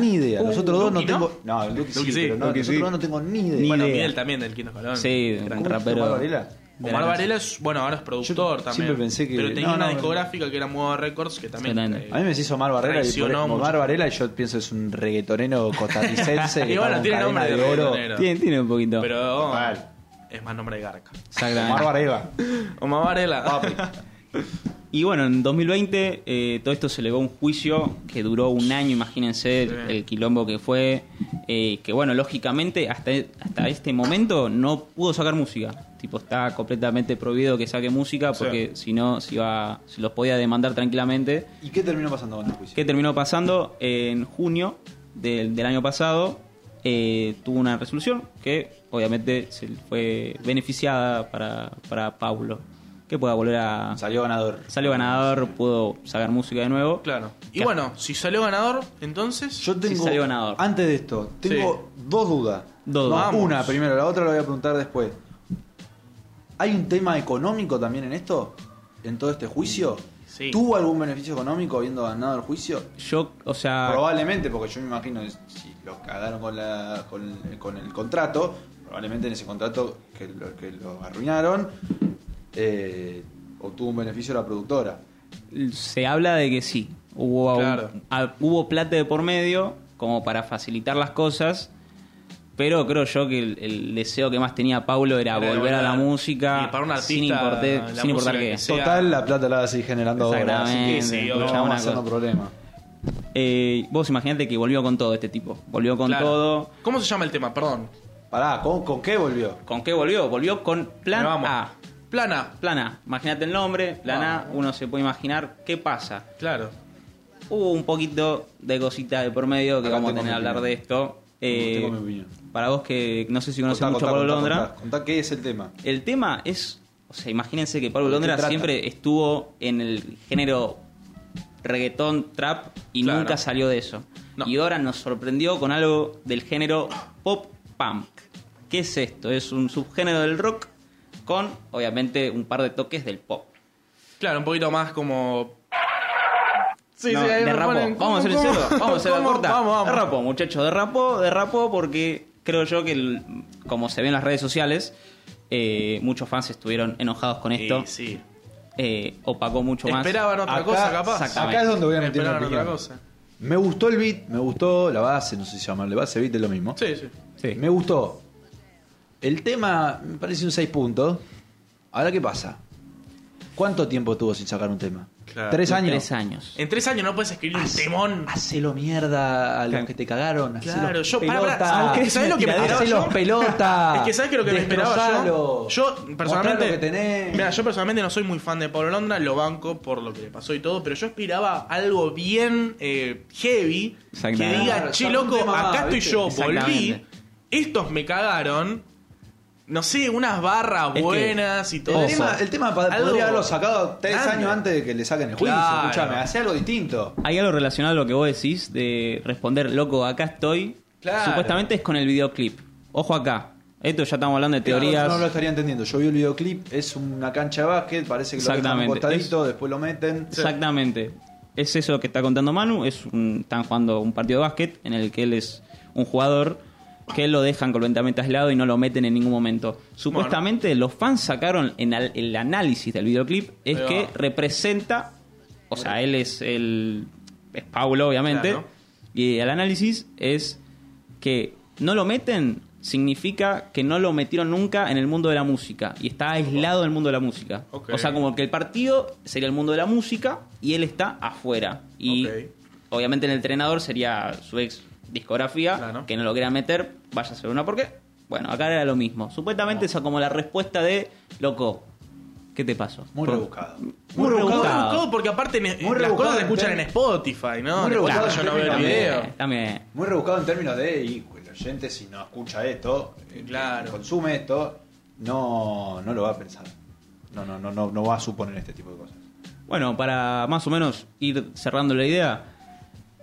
[SPEAKER 3] Ni idea. Los
[SPEAKER 4] Uh,
[SPEAKER 3] otros dos no
[SPEAKER 4] Duki,
[SPEAKER 3] tengo. No, el Duki,
[SPEAKER 4] Duki
[SPEAKER 3] sí,
[SPEAKER 4] sí,
[SPEAKER 3] pero no,
[SPEAKER 4] Duki
[SPEAKER 3] los
[SPEAKER 4] sí.
[SPEAKER 3] otros dos no tengo ni idea.
[SPEAKER 4] bueno,
[SPEAKER 7] idea.
[SPEAKER 4] Midel también, del Quino Colón.
[SPEAKER 7] Sí,
[SPEAKER 4] Gran-
[SPEAKER 7] un
[SPEAKER 3] ¿Cómo se
[SPEAKER 7] rapero.
[SPEAKER 3] llama Varela?
[SPEAKER 4] Omar Varela es, bueno, ahora es productor
[SPEAKER 3] Yo
[SPEAKER 4] también.
[SPEAKER 3] siempre pensé que-
[SPEAKER 4] Pero tenía
[SPEAKER 3] no,
[SPEAKER 4] una
[SPEAKER 3] no,
[SPEAKER 4] discográfica que era Nueva Records, que también.
[SPEAKER 7] Exactamente.
[SPEAKER 4] eh,
[SPEAKER 3] A mí me decís Omar Varela y por-
[SPEAKER 4] Traicionó
[SPEAKER 3] Omar
[SPEAKER 4] mucho.
[SPEAKER 3] Varela y yo pienso es un reggaetonero costarricense. que
[SPEAKER 4] Y
[SPEAKER 3] está
[SPEAKER 4] bueno,
[SPEAKER 3] con
[SPEAKER 4] tiene nombre
[SPEAKER 3] cadena
[SPEAKER 4] de
[SPEAKER 3] oro.
[SPEAKER 4] reggaetonero.
[SPEAKER 7] Tiene, tiene un poquito.
[SPEAKER 4] Pero
[SPEAKER 3] Mal.
[SPEAKER 4] es más nombre de Garca.
[SPEAKER 3] Omar
[SPEAKER 7] Exactamente.
[SPEAKER 3] Varela.
[SPEAKER 4] Omar Varela.
[SPEAKER 3] Papi.
[SPEAKER 7] Y bueno, en 2020 eh, todo esto se elevó a un juicio que duró un año, imagínense el,
[SPEAKER 4] Sí.
[SPEAKER 7] el quilombo que fue. eh, que bueno, lógicamente hasta, hasta este momento no pudo sacar música. Tipo, está completamente prohibido que saque música porque si no, se, iba, se los podía demandar tranquilamente.
[SPEAKER 3] ¿Y qué terminó pasando con el juicio?
[SPEAKER 7] ¿Qué terminó pasando? En junio del, del año pasado eh, tuvo una resolución que obviamente se le fue beneficiada para, para Paulo, que pueda volver a...
[SPEAKER 3] Salió ganador.
[SPEAKER 7] Salió ganador, pudo sacar música de nuevo.
[SPEAKER 4] Claro. Y
[SPEAKER 7] Claro.
[SPEAKER 4] bueno, si salió ganador, entonces.
[SPEAKER 3] Yo tengo.
[SPEAKER 7] salió ganador.
[SPEAKER 3] Antes de esto, tengo dos dudas.
[SPEAKER 7] Dos
[SPEAKER 3] No,
[SPEAKER 7] dudas.
[SPEAKER 3] Una primero, la otra la voy a preguntar después. ¿Hay un tema económico también en esto? ¿En todo este juicio?
[SPEAKER 4] Sí.
[SPEAKER 3] ¿Tuvo algún beneficio económico habiendo ganado el juicio?
[SPEAKER 7] Yo, o sea...
[SPEAKER 3] Probablemente, porque yo me imagino que si lo cagaron con, la, con, con el contrato, probablemente en ese contrato que lo, que lo arruinaron, eh, obtuvo un beneficio la productora.
[SPEAKER 7] se habla de que sí. Hubo,
[SPEAKER 4] Claro.
[SPEAKER 7] a- hubo plata de por medio como para facilitar las cosas. Pero creo yo que el, el deseo que más tenía Paulo era,
[SPEAKER 4] Era
[SPEAKER 7] volver a la
[SPEAKER 4] volver.
[SPEAKER 7] música.
[SPEAKER 4] Y para un artista,
[SPEAKER 7] sin, importar-
[SPEAKER 4] la
[SPEAKER 7] sin importar
[SPEAKER 4] música
[SPEAKER 7] qué.
[SPEAKER 4] que sea.
[SPEAKER 3] Total, la plata la va a seguir generando ahora. así que
[SPEAKER 7] ah. Exactamente.
[SPEAKER 4] sí,
[SPEAKER 7] escuchá
[SPEAKER 4] obvio.
[SPEAKER 3] No
[SPEAKER 7] una
[SPEAKER 3] vamos a hacer
[SPEAKER 7] cosa.
[SPEAKER 3] un problema.
[SPEAKER 7] Eh, vos imaginate que volvió con todo este tipo. Volvió con
[SPEAKER 4] Claro.
[SPEAKER 7] todo.
[SPEAKER 4] ¿Cómo se llama el tema? Perdón.
[SPEAKER 3] Pará, ¿con, con qué volvió?
[SPEAKER 7] ¿Con qué volvió? Volvió con plan
[SPEAKER 4] Pero vamos.
[SPEAKER 7] A.
[SPEAKER 4] Plan A.
[SPEAKER 7] Plan A. Imagínate el nombre. Plan
[SPEAKER 4] Vamos.
[SPEAKER 7] A. Uno se puede imaginar qué pasa.
[SPEAKER 4] Claro.
[SPEAKER 7] Hubo un poquito de cositas de por medio que
[SPEAKER 3] Acá
[SPEAKER 7] vamos a
[SPEAKER 3] tengo
[SPEAKER 7] tener que
[SPEAKER 3] mi
[SPEAKER 7] hablar
[SPEAKER 3] opinión.
[SPEAKER 7] de esto. Eh,
[SPEAKER 3] Tengo mi opinión.
[SPEAKER 7] para vos que no sé si conocés
[SPEAKER 3] Contá,
[SPEAKER 7] mucho
[SPEAKER 3] contá,
[SPEAKER 7] a Pablo
[SPEAKER 3] contá,
[SPEAKER 7] Londra,
[SPEAKER 3] contá. Contá qué es el tema.
[SPEAKER 7] el tema es, o sea, imagínense que Pablo
[SPEAKER 3] ¿De qué
[SPEAKER 7] Londra
[SPEAKER 3] trata?
[SPEAKER 7] siempre estuvo en el género reggaetón, trap y
[SPEAKER 4] Claro.
[SPEAKER 7] nunca salió de eso.
[SPEAKER 4] No.
[SPEAKER 7] Y ahora nos sorprendió con algo del género pop punk. ¿Qué es esto? Es un subgénero del rock con, obviamente, un par de toques del pop.
[SPEAKER 4] Claro, un poquito más como. Sí,
[SPEAKER 7] No,
[SPEAKER 4] sí, ahí me
[SPEAKER 7] derrapó.
[SPEAKER 4] ponen-
[SPEAKER 7] Vamos a ser
[SPEAKER 4] ¿cómo,
[SPEAKER 7] sinceros,
[SPEAKER 4] cómo?
[SPEAKER 7] vamos a ser la
[SPEAKER 4] ¿Cómo?
[SPEAKER 7] corta.
[SPEAKER 4] Vamos, vamos.
[SPEAKER 7] Derrapó, muchachos, derrapó, derrapó porque creo yo que, el- como se ve en las redes sociales, eh, muchos fans estuvieron enojados con
[SPEAKER 4] Sí,
[SPEAKER 7] esto.
[SPEAKER 4] sí.
[SPEAKER 7] eh, opacó mucho más.
[SPEAKER 4] Esperaban otra
[SPEAKER 3] Acá-
[SPEAKER 4] cosa, capaz.
[SPEAKER 7] saca-
[SPEAKER 3] Acá es donde voy a meter mi
[SPEAKER 4] Esperaban otra
[SPEAKER 3] opinión.
[SPEAKER 4] cosa.
[SPEAKER 3] Me gustó el beat, me gustó la base, no sé si llamarle base, beat es lo mismo.
[SPEAKER 4] Sí, sí.
[SPEAKER 7] Sí.
[SPEAKER 3] Me gustó. El tema me parece un 6 puntos. Ahora, ¿qué pasa? ¿Cuánto tiempo tuvo sin sacar un tema?
[SPEAKER 4] Claro.
[SPEAKER 3] Tres años.
[SPEAKER 7] Tres años. Eh,
[SPEAKER 4] En tres años no puedes escribir
[SPEAKER 7] Ah,
[SPEAKER 4] un temón.
[SPEAKER 3] Hacelo mierda a los que te cagaron. hacelo
[SPEAKER 4] Claro, yo- pará,
[SPEAKER 3] pelota.
[SPEAKER 4] pará, ¿sabés qué- sabés lo que me esperaba
[SPEAKER 3] Hacelos
[SPEAKER 4] yo?
[SPEAKER 3] pelota.
[SPEAKER 4] Es que sabes que lo que me esperaba yo.
[SPEAKER 3] Destrozalo.
[SPEAKER 4] Yo personalmente.
[SPEAKER 3] Mostrá lo que tenés.
[SPEAKER 4] Mirá, yo personalmente no soy muy fan de Pablo Londra, lo banco por lo que le pasó y todo, pero yo esperaba algo bien eh, heavy que
[SPEAKER 7] Exactamente.
[SPEAKER 4] diga,
[SPEAKER 3] Claro,
[SPEAKER 4] che
[SPEAKER 3] saca un
[SPEAKER 4] loco,
[SPEAKER 3] tema
[SPEAKER 4] acá
[SPEAKER 3] más,
[SPEAKER 4] estoy
[SPEAKER 3] ¿viste?
[SPEAKER 4] yo, volví,
[SPEAKER 7] Exactamente.
[SPEAKER 4] estos me cagaron. No sé, unas barras
[SPEAKER 7] que-
[SPEAKER 4] buenas y todo.
[SPEAKER 3] El tema, el tema pa-
[SPEAKER 4] Algo-
[SPEAKER 3] podría haberlo sacado tres
[SPEAKER 4] Grande.
[SPEAKER 3] años antes de que le saquen el juicio.
[SPEAKER 4] Claro.
[SPEAKER 3] Escuchame, hace algo distinto.
[SPEAKER 7] Hay algo relacionado a lo que vos decís de responder, loco, acá estoy.
[SPEAKER 3] Claro.
[SPEAKER 7] Supuestamente es con el videoclip. Ojo acá. Esto ya estamos hablando de teorías.
[SPEAKER 3] No, no lo estaría entendiendo. Yo vi el videoclip, es una cancha de básquet, parece que lo dejan a un
[SPEAKER 7] Exactamente.
[SPEAKER 3] costadito, después lo meten.
[SPEAKER 7] Exactamente. Es eso que está contando Manu. Es un- están jugando un partido de básquet en el que él es un jugador que lo dejan completamente aislado y no lo meten en ningún momento. Supuestamente los fans sacaron en al- el análisis del videoclip es
[SPEAKER 4] Ahí va.
[SPEAKER 7] que representa, o sea, él es el es Paulo obviamente
[SPEAKER 4] Claro.
[SPEAKER 7] y el análisis es que no lo meten significa que no lo metieron nunca en el mundo de la música y está aislado del mundo de la música.
[SPEAKER 4] Ok.
[SPEAKER 7] O sea, como que el partido sería el mundo de la música y él está afuera. Y
[SPEAKER 4] Ok.
[SPEAKER 7] obviamente el entrenador sería su ex discografía,
[SPEAKER 4] Claro.
[SPEAKER 7] que no lo quiera meter, vaya a ser una porque. Bueno, acá era lo mismo. Supuestamente esa como la respuesta de, loco, ¿qué te pasó?
[SPEAKER 3] Muy
[SPEAKER 7] Por-
[SPEAKER 3] rebuscado.
[SPEAKER 7] Muy rebuscado.
[SPEAKER 4] Muy rebuscado porque aparte en-
[SPEAKER 3] Muy
[SPEAKER 4] las
[SPEAKER 3] rebuscado
[SPEAKER 4] cosas se
[SPEAKER 3] en
[SPEAKER 4] escuchan en
[SPEAKER 3] términos-
[SPEAKER 4] Spotify, ¿no?
[SPEAKER 3] Muy
[SPEAKER 4] En Spotify
[SPEAKER 3] rebuscado
[SPEAKER 4] yo
[SPEAKER 3] en
[SPEAKER 4] no veo el
[SPEAKER 3] términos de-
[SPEAKER 4] video.
[SPEAKER 7] También, también.
[SPEAKER 3] Muy rebuscado en términos de, y, el oyente si no escucha esto, eh,
[SPEAKER 4] Claro.
[SPEAKER 3] que consume esto, no, no lo va a pensar. No, no, no, no, no va a suponer este tipo de cosas.
[SPEAKER 7] Bueno, para más o menos ir cerrando la idea,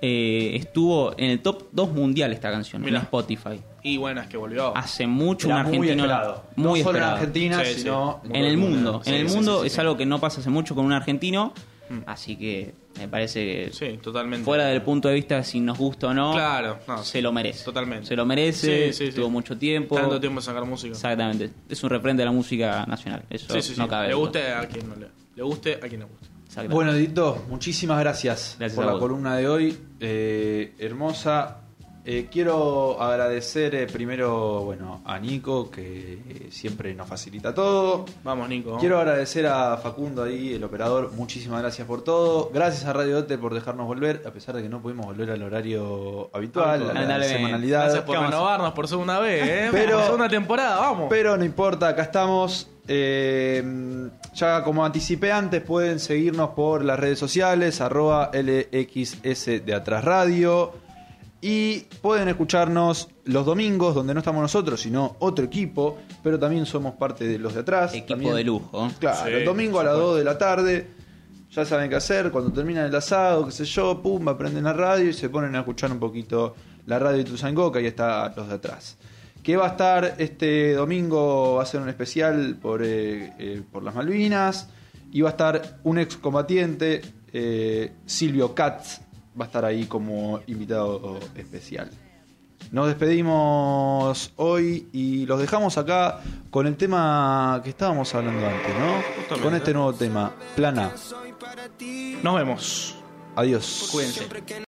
[SPEAKER 7] eh, estuvo en el top 2 mundial esta canción
[SPEAKER 4] Mirá.
[SPEAKER 7] en Spotify.
[SPEAKER 4] Y bueno, es que volvió.
[SPEAKER 7] Hace mucho
[SPEAKER 3] Era
[SPEAKER 7] un argentino
[SPEAKER 3] muy esperado.
[SPEAKER 7] muy
[SPEAKER 3] no solo en
[SPEAKER 7] esperado.
[SPEAKER 3] Argentina,
[SPEAKER 4] Sí, sí.
[SPEAKER 3] sino
[SPEAKER 7] En el mundo,
[SPEAKER 4] Sí,
[SPEAKER 7] en el
[SPEAKER 4] sí,
[SPEAKER 7] mundo
[SPEAKER 4] sí, sí,
[SPEAKER 7] es
[SPEAKER 4] sí. Mm.
[SPEAKER 7] algo que no pasa hace mucho con un argentino, así que me parece que
[SPEAKER 4] Sí, totalmente.
[SPEAKER 7] fuera del punto de vista de si nos gusta o no,
[SPEAKER 4] Claro, no,
[SPEAKER 7] se lo merece.
[SPEAKER 4] totalmente.
[SPEAKER 7] Se lo merece,
[SPEAKER 4] Sí, sí, sí.
[SPEAKER 7] tuvo mucho tiempo.
[SPEAKER 4] Tanto tiempo en sacar música.
[SPEAKER 7] Exactamente, es un referente de la música nacional, eso
[SPEAKER 4] Sí, sí, sí.
[SPEAKER 7] no cabe.
[SPEAKER 4] le
[SPEAKER 7] duda.
[SPEAKER 4] guste a quien no le, le guste a quien le guste.
[SPEAKER 7] Exactamente.
[SPEAKER 3] Bueno, Edito, muchísimas gracias,
[SPEAKER 7] Gracias
[SPEAKER 3] por
[SPEAKER 7] a
[SPEAKER 3] la
[SPEAKER 7] vos.
[SPEAKER 3] columna de hoy. eh, hermosa. Eh, quiero agradecer eh, primero bueno, a Nico, que eh, siempre nos facilita todo.
[SPEAKER 4] Vamos, Nico.
[SPEAKER 3] Quiero agradecer a Facundo ahí, el operador. Muchísimas gracias por todo. Gracias a Radio Dote por dejarnos volver, a pesar de que no pudimos volver al horario habitual, a la
[SPEAKER 7] Andale bien.
[SPEAKER 3] semanalidad.
[SPEAKER 4] Gracias por renovarnos por segunda vez, ¿eh?
[SPEAKER 3] Pero-
[SPEAKER 4] por segunda temporada, vamos.
[SPEAKER 3] Pero no importa, acá estamos. Eh, ya como anticipé antes, pueden seguirnos por las redes sociales, arroba LXS de Atrás Radio. Y pueden escucharnos los domingos, donde no estamos nosotros, sino otro equipo, pero también somos parte de los de atrás.
[SPEAKER 7] Equipo
[SPEAKER 3] También-
[SPEAKER 7] de lujo.
[SPEAKER 3] Claro,
[SPEAKER 4] Sí,
[SPEAKER 3] el domingo a las 2 de la tarde. Ya saben qué hacer, cuando terminan el asado, qué sé yo, pumba, prenden la radio y se ponen a escuchar un poquito la radio de Tuzangó, que ahí está los de atrás. Que va a estar este domingo, va a ser un especial por, eh, eh, por las Malvinas, y va a estar un excombatiente, eh, Silvio Katz, va a estar ahí como invitado especial. Nos despedimos hoy y los dejamos acá con el tema que estábamos hablando antes, ¿no? Con este nuevo tema, Plana.
[SPEAKER 4] Nos vemos.
[SPEAKER 3] Adiós.
[SPEAKER 4] Cuídense.